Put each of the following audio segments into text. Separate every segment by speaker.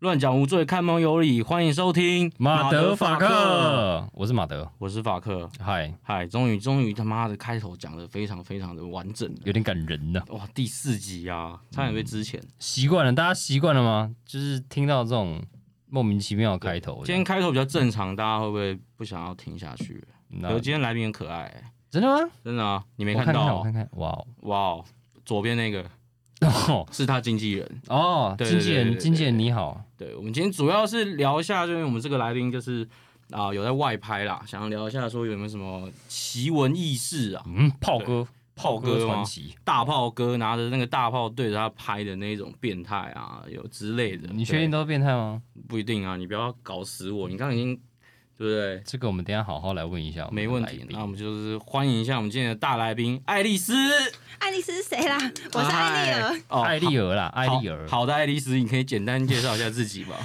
Speaker 1: 乱讲无罪，看梦有理。欢迎收听
Speaker 2: 马德法克，我是马德，
Speaker 1: 我是法克。
Speaker 2: 嗨，
Speaker 1: 嗨，终于终于他妈的开头讲的非常非常的完整了
Speaker 2: 有点感人呢、
Speaker 1: 哇，第四集啊，差点被之前。
Speaker 2: 习惯了，大家习惯了吗？就是听到这种莫名其妙的开头，
Speaker 1: 今天开头比较正常，大家会不会不想要听下去？可
Speaker 2: 那
Speaker 1: 是今天来宾很可爱、
Speaker 2: 真的吗？
Speaker 1: 真的啊，你没
Speaker 2: 我看
Speaker 1: 到
Speaker 2: 看，
Speaker 1: 哦？
Speaker 2: 我看看，哇哦
Speaker 1: 哇哦，左边那个
Speaker 2: 哦
Speaker 1: 是他经纪人。
Speaker 2: 哦，
Speaker 1: 对
Speaker 2: 经纪
Speaker 1: 对对对
Speaker 2: 人，
Speaker 1: 对
Speaker 2: 经纪人你好，
Speaker 1: 对，我们今天主要是聊一下，就是我们这个来宾就是啊、有在外拍啦，想要聊一下说有没有什么奇闻异事啊？
Speaker 2: 嗯，炮哥，
Speaker 1: 炮
Speaker 2: 炮
Speaker 1: 哥
Speaker 2: 哥
Speaker 1: 吗
Speaker 2: 传奇，
Speaker 1: 大炮哥拿着那个大炮对着他拍的那种变态啊，有之类的。
Speaker 2: 你确定
Speaker 1: 对？
Speaker 2: 都是变态吗？
Speaker 1: 不一定啊，你不要搞死我！你刚刚已经对不对？
Speaker 2: 这个我们等一下好哦好来问一下，
Speaker 1: 没问题。那我们就是欢迎一下我们今天的大来宾爱丽丝。
Speaker 3: 爱丽 丝是谁啦？我是爱丽
Speaker 1: 嗨
Speaker 3: 儿。。
Speaker 1: 哦，
Speaker 2: 艾丽儿啦，艾
Speaker 1: 好
Speaker 2: 丽儿，
Speaker 1: 好的，爱丽丝，你可以简单介绍一下自己吧。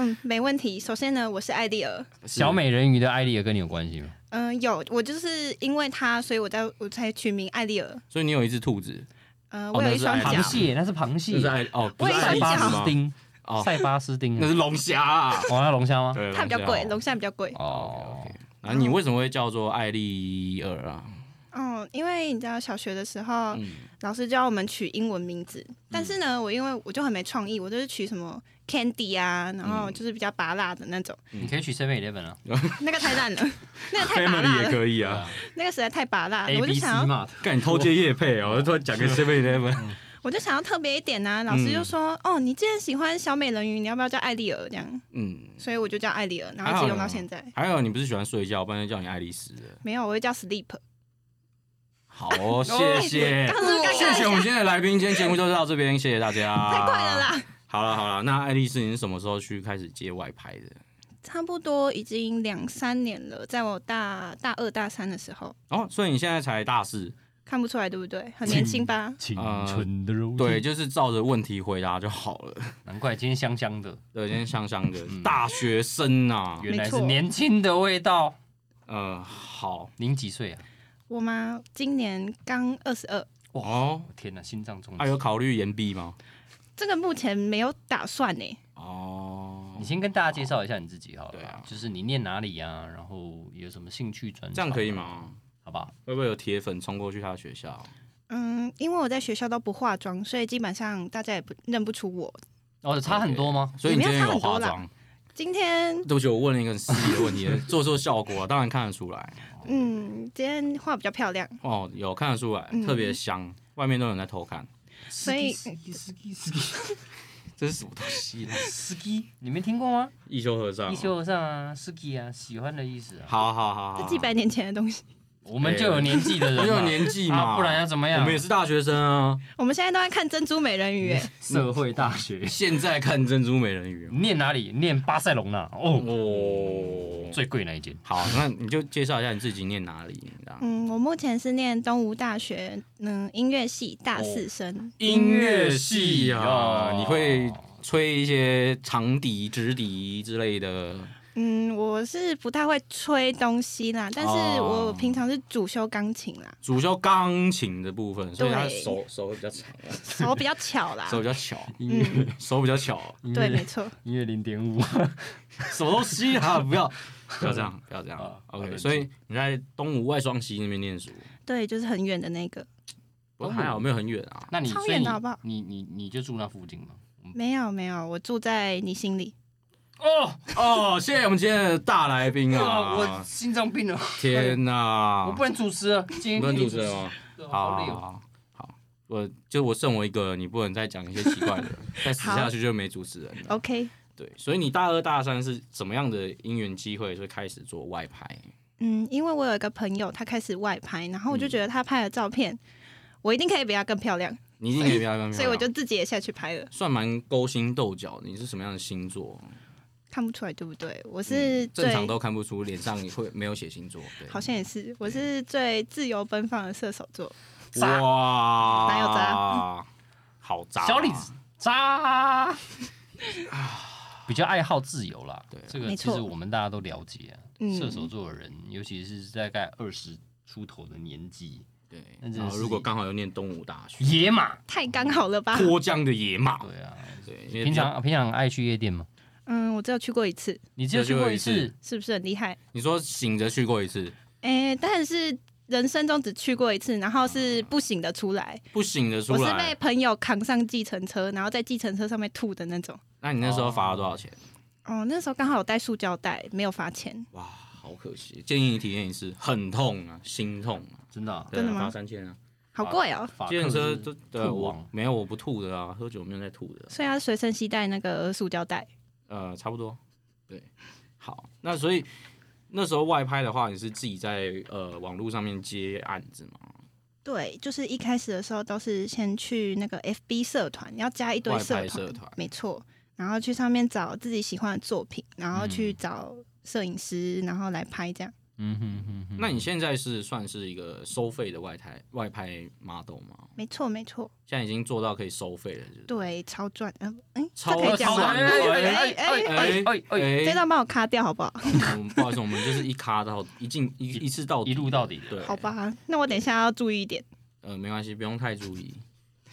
Speaker 3: 嗯，没问题。首先呢，我是爱丽儿。
Speaker 2: 小美人鱼的艾丽儿跟你有关系吗？
Speaker 3: 嗯、有我就是因为她，所以我在我才取名爱丽儿。
Speaker 1: 所以你有一只兔子，
Speaker 3: 呃，
Speaker 1: 哦
Speaker 3: 我有一双
Speaker 1: 那是爱
Speaker 3: 脚
Speaker 1: 丽
Speaker 2: 螃
Speaker 1: 儿，
Speaker 2: 蟹，那是螃蟹
Speaker 1: 就是，爱哦，不是
Speaker 3: 我也
Speaker 1: 爱
Speaker 2: 塞
Speaker 1: 丽
Speaker 3: 有
Speaker 2: 巴
Speaker 3: 讲
Speaker 1: 丝
Speaker 2: 斯
Speaker 1: 吗？
Speaker 2: 汀，
Speaker 1: 哦，
Speaker 2: 塞巴斯汀
Speaker 1: 那
Speaker 2: 啊，
Speaker 1: 是龙虾 啊。
Speaker 2: 哦，那龙虾吗？
Speaker 1: 对，
Speaker 3: 它比较
Speaker 1: 龙虾
Speaker 3: 贵，龙虾比较贵。
Speaker 2: 哦，
Speaker 1: 然后你为什么会叫做艾丽尔啊？
Speaker 3: 嗯，因为你知道小学的时候，
Speaker 1: 嗯，
Speaker 3: 老师教我们取英文名字，但是呢，我因为我就很没创意，我就是取什么 Candy 啊，然
Speaker 1: 嗯
Speaker 3: 后就是比较拔辣的那种，
Speaker 2: 你可以取 Seven Eleven 啊，
Speaker 3: 那个太 烂了，那个太拔辣
Speaker 1: Family 也
Speaker 3: 了，
Speaker 1: 可以
Speaker 2: 对
Speaker 1: 啊。
Speaker 2: 啊
Speaker 3: 那个实在太拔辣了，
Speaker 2: ，A
Speaker 3: 我就
Speaker 2: B C
Speaker 3: 想要
Speaker 2: 嘛，
Speaker 1: 干你偷接叶配 哦，我就突然讲个 Seven Eleven，
Speaker 3: 我就想要特别一点啊呐、老师就说：“哦，你既然喜欢小美人鱼，你要不要叫艾丽儿？”这样，
Speaker 1: 嗯，
Speaker 3: 所以我就叫艾丽儿，然后一直用到现在。
Speaker 1: 还有你不是喜欢睡觉，不然就叫你爱丽丝了。
Speaker 3: 没有，我会叫 sleep。
Speaker 1: 好哦，谢谢
Speaker 3: 哎刚，刚是不是
Speaker 1: 谢
Speaker 3: 尴尬
Speaker 1: 谢
Speaker 3: 一
Speaker 1: 我们今
Speaker 3: 下，
Speaker 1: 天的来宾，今天节目就到这边，谢谢大家。
Speaker 3: 太快了！啦！
Speaker 1: 好了好了，那爱丽丝你是什么时候去开始接外拍的？
Speaker 3: 差不多已经两三年了，在我大大二大三的时候，
Speaker 1: 哦，所以你现在才大四，
Speaker 3: 看不出来对不对？很年轻吧？
Speaker 1: 嗯
Speaker 2: 青春的肉体
Speaker 1: 呃对，，就是照着问题回答就好了。
Speaker 2: 难怪今天香香的，
Speaker 1: 对，今天香香的
Speaker 3: 嗯
Speaker 1: 大学生啊，
Speaker 2: 原来
Speaker 3: 没
Speaker 2: 是
Speaker 3: 错
Speaker 2: 年轻的味道。
Speaker 1: 呃，好
Speaker 2: 您几岁啊？
Speaker 3: 我吗？今年刚二十二，
Speaker 1: 哦，
Speaker 2: 我天哪，心脏中
Speaker 1: 还
Speaker 2: 毒！
Speaker 1: 有考虑延毕吗？
Speaker 3: 这个目前没有打算欸呢。
Speaker 1: 哦
Speaker 2: 你，先跟大家介绍一下你自己好
Speaker 1: 对
Speaker 2: 了
Speaker 1: 啊
Speaker 2: 啦，就是你念哪里啊，然后有什么兴趣专长，啊
Speaker 1: 这样可以？吗？
Speaker 2: 好不好？
Speaker 1: 会不会有铁粉冲过去他的学校？
Speaker 3: 嗯，因为我在学校都不化妆，所以基本上大家也不认不出我。
Speaker 2: 哦，差很多吗？
Speaker 1: 所以你今天有化妆？
Speaker 3: 今天，
Speaker 1: 对不起，我问了一个很私密的问题， 做做效果、当然看得出来
Speaker 3: 嗯，今天画比较漂亮。
Speaker 1: 哦，有看得出来，
Speaker 3: 嗯
Speaker 1: 特别香，外面都有人在偷看，
Speaker 3: 所以
Speaker 2: ski
Speaker 1: 这是什么东西？
Speaker 2: ski，你没听过吗？
Speaker 1: 一休和尚、哦
Speaker 2: 一，休和尚啊，ski 啊，喜欢的意思啊。
Speaker 1: 嗯好好好
Speaker 3: 这
Speaker 1: 好，
Speaker 3: 几百年前的东西，
Speaker 2: 我们就有年纪的人
Speaker 1: 我
Speaker 2: 嘛，
Speaker 1: 有年纪嘛，
Speaker 2: 啊不然要怎么样
Speaker 1: 我们也是大学生啊，
Speaker 3: 我们现在都在看《珍珠美人鱼》哎，
Speaker 2: 社会大学
Speaker 1: 现在看珍珠美人鱼
Speaker 2: 念哪里？念巴塞隆纳
Speaker 1: 嗯
Speaker 2: 哦，
Speaker 1: 哦。
Speaker 2: 最贵那一间。
Speaker 1: 好，那你就介绍一下你自己念哪里，你知道吗？
Speaker 3: 嗯，我目前是念东吴大学，嗯，音乐系大
Speaker 1: 哦
Speaker 3: 四生。
Speaker 1: 音乐系啊，
Speaker 2: 哦
Speaker 1: 你会吹一些长笛、直笛之类的。
Speaker 3: 嗯，我是不太会吹东西啦，但是
Speaker 1: 哦
Speaker 3: 我平常是主修钢琴啦，
Speaker 1: 主修钢琴的部分，所以他手手会比较长，
Speaker 3: 手比较巧 啦。
Speaker 1: 手比较巧，
Speaker 2: 音乐
Speaker 3: 嗯，
Speaker 1: 手比较嗯巧，
Speaker 2: 音
Speaker 3: 对，
Speaker 2: 乐
Speaker 3: 没错。
Speaker 2: 音乐零点 五，
Speaker 1: 什么东西啊？不要不要这样，不要这样
Speaker 2: 啊。好
Speaker 1: OK，
Speaker 2: 的
Speaker 1: 所以你在东吴外双溪那边念书，
Speaker 3: 对，就是很远的那个，
Speaker 1: 不过还好没有很远啊。
Speaker 2: 那你
Speaker 3: 超
Speaker 2: 所以
Speaker 3: 远
Speaker 2: 你
Speaker 3: 的好不好
Speaker 2: 你你你就住那附近吗？
Speaker 3: 没有没有，我住在你心里。
Speaker 2: 哦，
Speaker 1: 哦，谢谢我们今天的大来宾
Speaker 2: 哇我
Speaker 1: 啊！
Speaker 2: 心脏病了，
Speaker 1: 天哪，
Speaker 2: 我不能主持了，啊今天
Speaker 1: 你不能主持了
Speaker 2: 吗？
Speaker 1: 吗？
Speaker 2: 对
Speaker 1: 好
Speaker 2: 好累
Speaker 1: 好
Speaker 2: 哦。
Speaker 1: 好好，我就我剩我一个，你不能再讲一些奇怪的，再死下去就没主持人了。
Speaker 3: OK，
Speaker 1: 对，所以你大二大三是怎么样的因缘机会，就开始做外拍？
Speaker 3: 嗯，因为我有一个朋友，他开始外拍，然
Speaker 1: 嗯
Speaker 3: 后我就觉得他拍的照片，我一定可以比他更漂亮，
Speaker 1: 你一定可以不要跟，
Speaker 3: 所以我就自己也下去拍了。
Speaker 1: 算蛮勾心斗角。你是什么样的星座？
Speaker 3: 看不出来对不对？我是
Speaker 1: 嗯
Speaker 3: 最、
Speaker 1: 正常都看不出，脸上也会没有写星座。对，
Speaker 3: 好像也是，我是最自由奔放的射手座。
Speaker 2: 渣
Speaker 1: 哇，
Speaker 3: 哪有
Speaker 1: 好渣，啊
Speaker 2: 小李子渣， 比较爱好自由啦。
Speaker 1: 对啊
Speaker 2: 这个
Speaker 3: 没
Speaker 2: 其
Speaker 3: 错
Speaker 2: 实我们大家都了解啊。
Speaker 3: 嗯
Speaker 2: 射手座的人，尤其是大概二十出头的年纪，
Speaker 1: 对
Speaker 2: 那，真的
Speaker 1: 然后
Speaker 2: 是
Speaker 1: 如果刚好又念东吴大学，
Speaker 2: 野马。
Speaker 3: 太刚好了吧？
Speaker 1: 脱缰的野马，
Speaker 2: 对啊，
Speaker 1: 对，因为
Speaker 2: 平常平常爱去夜店吗？
Speaker 3: 嗯，我只有去过一次，
Speaker 2: 你只有去过一次，
Speaker 3: 是不是很厉害？
Speaker 1: 你说醒着去过一次，
Speaker 3: 哎、但是人生中只去过一次，然后是不醒的出来。
Speaker 1: 不醒着出
Speaker 3: 我是被
Speaker 1: 来，
Speaker 3: 朋友扛上计程车，然后在计程车上面吐的那种。
Speaker 1: 那你那时候罚了多少钱？
Speaker 3: 哦，那时候刚好有带塑胶袋，没有罚钱。
Speaker 1: 哇，好可惜，建议你体验一次，很痛啊，心痛啊，
Speaker 2: 真的啊。
Speaker 1: 对啊
Speaker 3: 真的吗
Speaker 1: 罚三千啊，
Speaker 3: 好贵哦、
Speaker 2: 法克
Speaker 1: 计程车
Speaker 2: 是
Speaker 1: 都对啊
Speaker 2: 吐
Speaker 1: 我
Speaker 2: 王
Speaker 1: 没有我不吐的啊，喝酒没有在吐的，
Speaker 3: 所以要随身携带那个塑胶袋。
Speaker 1: 呃，差不多，对，好，那所以那时候外拍的话，你是自己在呃网络上面接案子吗？
Speaker 3: 对，就是一开始的时候都是先去那个 FB 社团，要加一堆
Speaker 1: 外
Speaker 3: 社
Speaker 1: 拍
Speaker 3: 团，
Speaker 1: 社团
Speaker 3: 没错。然后去上面找自己喜欢的作品，然后去
Speaker 1: 嗯
Speaker 3: 找摄影师，然后来拍这样。
Speaker 2: 嗯哼哼哼，
Speaker 1: 那你现在是算是一个收费的外拍外拍 model 吗？
Speaker 3: 没错，没错，
Speaker 1: 现在已经做到可以收费了，就是
Speaker 3: 对，超赚。嗯、嗯，这
Speaker 1: 超
Speaker 3: 可以讲吗？
Speaker 1: 赚
Speaker 2: 哎哎哎哎哎哎哎，
Speaker 3: 这段帮我卡掉好不好？
Speaker 1: 我们不好意思，我们就是一卡到一进一一次到底
Speaker 2: 一路到底，
Speaker 1: 对，
Speaker 3: 好，吧，那我等一下要注意一点。
Speaker 1: 呃，没关系，不用太注意，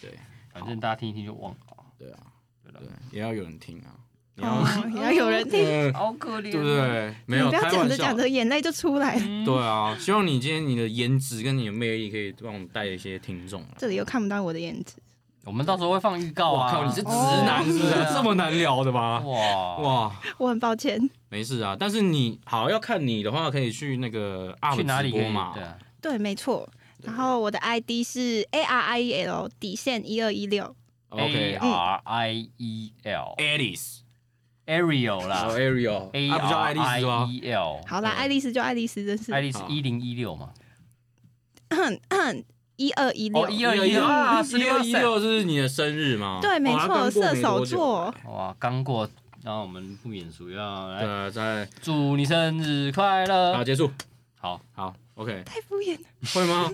Speaker 1: 对
Speaker 2: 反正大家听一听就忘了啊。
Speaker 1: 对啊，
Speaker 2: 对了
Speaker 1: 对，也要有人听啊，你要、
Speaker 3: 哦，也要有人听，
Speaker 1: 呃
Speaker 2: 好可怜哦
Speaker 1: 对不对？没
Speaker 3: 你
Speaker 1: 有
Speaker 3: 不要
Speaker 1: 开
Speaker 3: 讲
Speaker 1: 玩
Speaker 3: 着
Speaker 1: 笑
Speaker 3: 讲，着眼泪就出来了。
Speaker 1: 对啊，希望你今天你的颜值跟你的魅力可以帮我们带一些听众啊。
Speaker 3: 这里又看不到我的颜值，
Speaker 2: 我们到时候会放预告
Speaker 1: 我
Speaker 2: 啊！
Speaker 1: 靠，你是直男是不是
Speaker 2: 对啊？
Speaker 1: 这么难聊的吗？
Speaker 2: 哇哇！
Speaker 1: 哇，
Speaker 3: 我很抱歉。
Speaker 1: 没事啊，但是你好要看你的话，可以去那个 UP
Speaker 2: 去哪里
Speaker 1: 直
Speaker 2: 可以
Speaker 1: 播？嘛
Speaker 2: 对，啊，
Speaker 3: 对，没错。然后我的 ID 是 A R I E L 底线一二一六。
Speaker 1: OK
Speaker 2: A。R I E L
Speaker 1: Alice，
Speaker 2: Ariel
Speaker 1: 然后
Speaker 2: 啦
Speaker 1: Ariel，
Speaker 2: ，A
Speaker 1: 啊，不叫
Speaker 2: R E
Speaker 1: 爱丽丝吗
Speaker 2: I？E L，
Speaker 3: 好啦，
Speaker 1: 对
Speaker 3: 爱丽丝就爱丽丝，真是
Speaker 2: 爱丽丝
Speaker 1: 好
Speaker 2: 一零一六嘛，
Speaker 3: 一二一六
Speaker 2: 哦，一二一六啊，十
Speaker 1: 一
Speaker 2: 六
Speaker 1: 六一六是你的生日吗？
Speaker 3: 对，没
Speaker 1: 哇
Speaker 3: 错，射手。座。
Speaker 2: 哇，刚过，然后我们不免俗要
Speaker 1: 那刚过没多久
Speaker 2: 来
Speaker 1: 对，啊在
Speaker 2: 祝你生日快
Speaker 1: 好
Speaker 2: 乐。
Speaker 1: 结束，
Speaker 2: 好，
Speaker 1: 好，OK，
Speaker 3: 太敷衍了，
Speaker 1: 会吗？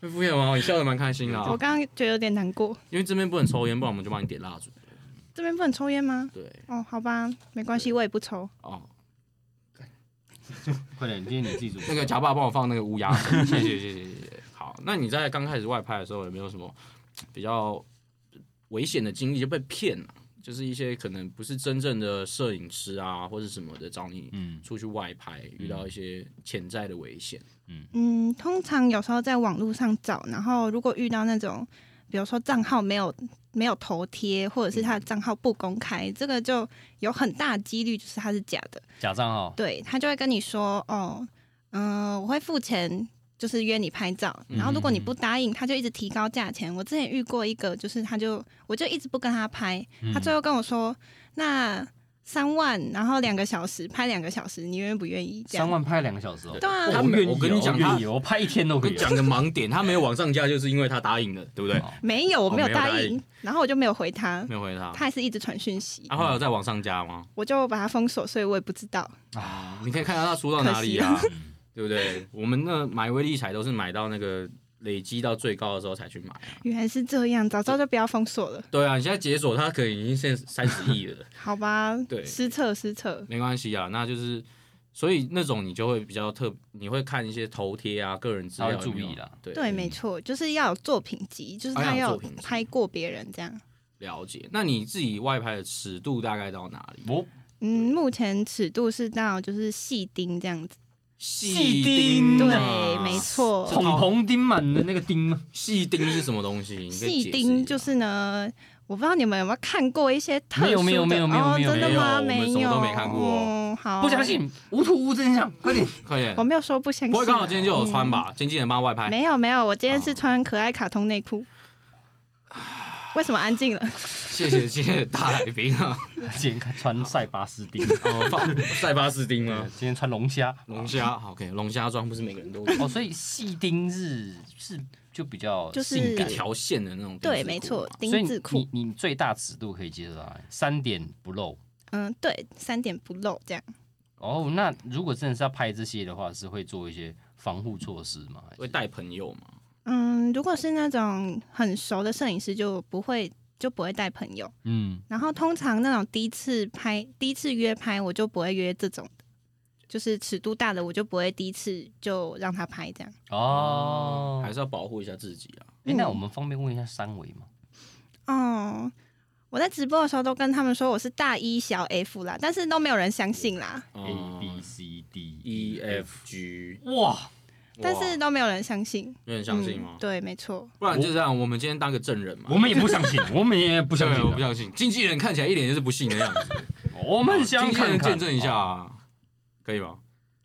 Speaker 1: 会敷衍吗？你笑得蛮开心的啊，
Speaker 3: 我刚刚觉得有点难过。
Speaker 1: 因为这边不能抽烟，不然我们就帮你点蜡烛。
Speaker 3: 这边不能抽烟吗？
Speaker 1: 对，
Speaker 3: 哦，好吧，没关系，我也不抽。
Speaker 1: 哦，
Speaker 2: 快点，今天你自己煮。
Speaker 1: 那个贾爸帮我放那个乌鸦 声，谢谢谢谢谢谢。好，那你在刚开始外拍的时候有没有什么比较危险的经历就被骗了、就是一些可能不是真正的摄影师啊，或者什么的找你
Speaker 2: 嗯
Speaker 1: 出去外拍，遇到一些潜在的危险。
Speaker 3: 嗯，通常有时候在网络上找，然后如果遇到那种，比如说账号没有没有头贴，或者是他的账号不公开，这个就有很大的几率就是他是假的。
Speaker 2: 假账号，
Speaker 3: 对他就会跟你说，哦，嗯、我会付钱，就是约你拍照。然后如果你不答应，他就一直提高价钱。我之前遇过一个，就是他就我就一直不跟他拍，
Speaker 2: 嗯
Speaker 3: 他最后跟我说，那三万，然后两个小时拍两个小时，你愿不愿意？这样
Speaker 2: 三万拍两个小时哦。
Speaker 3: 对啊
Speaker 2: 哦
Speaker 1: 他
Speaker 2: 我
Speaker 1: 没
Speaker 2: 愿意哦
Speaker 1: 我跟你讲
Speaker 2: 我
Speaker 1: 他
Speaker 2: 愿意哦，我拍一天都
Speaker 1: 我
Speaker 2: 可
Speaker 1: 跟
Speaker 2: 以
Speaker 1: 你
Speaker 2: 哦。
Speaker 1: 讲个盲点，他没有往上架，就是因为他答应了，对不对？
Speaker 2: 哦
Speaker 3: 没有，我没有
Speaker 1: 没有答
Speaker 3: 答
Speaker 1: 应
Speaker 3: 应，然后我就没有回他，
Speaker 1: 没有回他
Speaker 3: 他。还是一直传讯息，
Speaker 1: 他后来有再往上加吗？
Speaker 3: 我就把他封锁，所以我也不知道。
Speaker 1: 啊，你可以看到他输到哪里啊，对不对？我们那买威力彩都是买到那个累积到最高的时候才去买啊。
Speaker 3: 原来是这样，早知道就不要封锁了，
Speaker 1: 对啊，你现在解锁它可能已经现三十亿了，
Speaker 3: 好吧？
Speaker 1: 对
Speaker 3: 失策失策。
Speaker 1: 没关系啊，那就是。所以那种你就会比较特，你会看一些头贴啊、个人资料有没有，
Speaker 2: 他会注意啦
Speaker 1: 对，
Speaker 3: 对，没错，就是要有作品集，就是
Speaker 1: 啊要
Speaker 3: 他
Speaker 1: 有
Speaker 3: 要
Speaker 1: 作品集
Speaker 3: 拍过别人这样。
Speaker 1: 了解。那你自己外拍的尺度大概到哪里？
Speaker 2: 我
Speaker 3: 嗯，目前尺度是到就是细钉这样子，
Speaker 1: 细
Speaker 2: 钉
Speaker 1: 钉
Speaker 3: 对
Speaker 1: 啊，，
Speaker 3: 没错。
Speaker 2: 捧红丁满的那个丁吗？
Speaker 1: 细钉是什么东西？你可以
Speaker 3: 细
Speaker 1: 解释一
Speaker 3: 钉
Speaker 1: 下
Speaker 3: 就是呢，我不知道你们有没有看过一些特殊的，
Speaker 2: 没有没有没有
Speaker 3: 哦
Speaker 2: 没有
Speaker 3: 真的
Speaker 1: 没有
Speaker 3: 吗？
Speaker 1: 我们
Speaker 3: 没
Speaker 1: 什么
Speaker 3: 有，
Speaker 1: 都没看过
Speaker 3: 嗯，好，
Speaker 2: 不相，信，无图无真相，快点！
Speaker 1: 快点
Speaker 3: 我，没有说不相信，
Speaker 1: 不会刚好今天就有穿吧？经纪人帮他外拍
Speaker 3: 嗯？，没有没有，我今天
Speaker 1: 哦
Speaker 3: 是穿可爱卡通内裤。为什么安静了？
Speaker 1: 谢谢谢谢大来宾啊！
Speaker 2: 今天穿塞巴斯 丁，
Speaker 1: 哦，放 塞巴斯啊丁吗？
Speaker 2: 今天穿龙虾。
Speaker 1: 龙虾好，OK，龙虾装不是每个人都有
Speaker 2: 哦，所以细丁是是就比较
Speaker 3: 就是
Speaker 2: 性
Speaker 1: 一
Speaker 2: 感。
Speaker 1: 条线的那种。
Speaker 3: 对，没错，，
Speaker 2: 所以
Speaker 3: 丁
Speaker 2: 你
Speaker 3: 字裤，
Speaker 2: 你你最大尺度可以接受到三点不漏。
Speaker 3: 嗯，对，三点不漏这样。
Speaker 2: 哦，那如果真的是要拍这些的话，是会做一些防护措施吗？还是
Speaker 1: 会带朋友嘛？
Speaker 3: 嗯，如果是那种很熟的摄影师，就不会就不会带朋友。
Speaker 2: 嗯，
Speaker 3: 然后通常那种第一次拍、第一次约拍，我就不会约这种的，就是尺度大的，我就不会第一次就让他拍这样。
Speaker 2: 哦，
Speaker 1: 还是要保护一下自己啊。
Speaker 2: 诶那我们方便问一下三围吗？
Speaker 3: 哦，我在直播的时候都跟他们说我是大一小 F 啦，但是都没有人相信啦，
Speaker 1: 嗯
Speaker 2: A B C D
Speaker 1: E F G，
Speaker 2: 哇，
Speaker 3: 但
Speaker 1: 哇
Speaker 3: 是都没有人相信。
Speaker 1: 有人相信吗
Speaker 3: 嗯？对，没错。
Speaker 1: 不然就这样，我们今天当个证人嘛。
Speaker 2: 我们也不相信，我们也不
Speaker 1: 不
Speaker 2: 相信啊
Speaker 1: 我不
Speaker 2: 的，
Speaker 1: 相信。经纪人看起来一脸就是不信的样子，
Speaker 2: 我们想
Speaker 1: 经纪
Speaker 2: 看
Speaker 1: 人
Speaker 2: 看
Speaker 1: 见证一下，，啊，可以吗？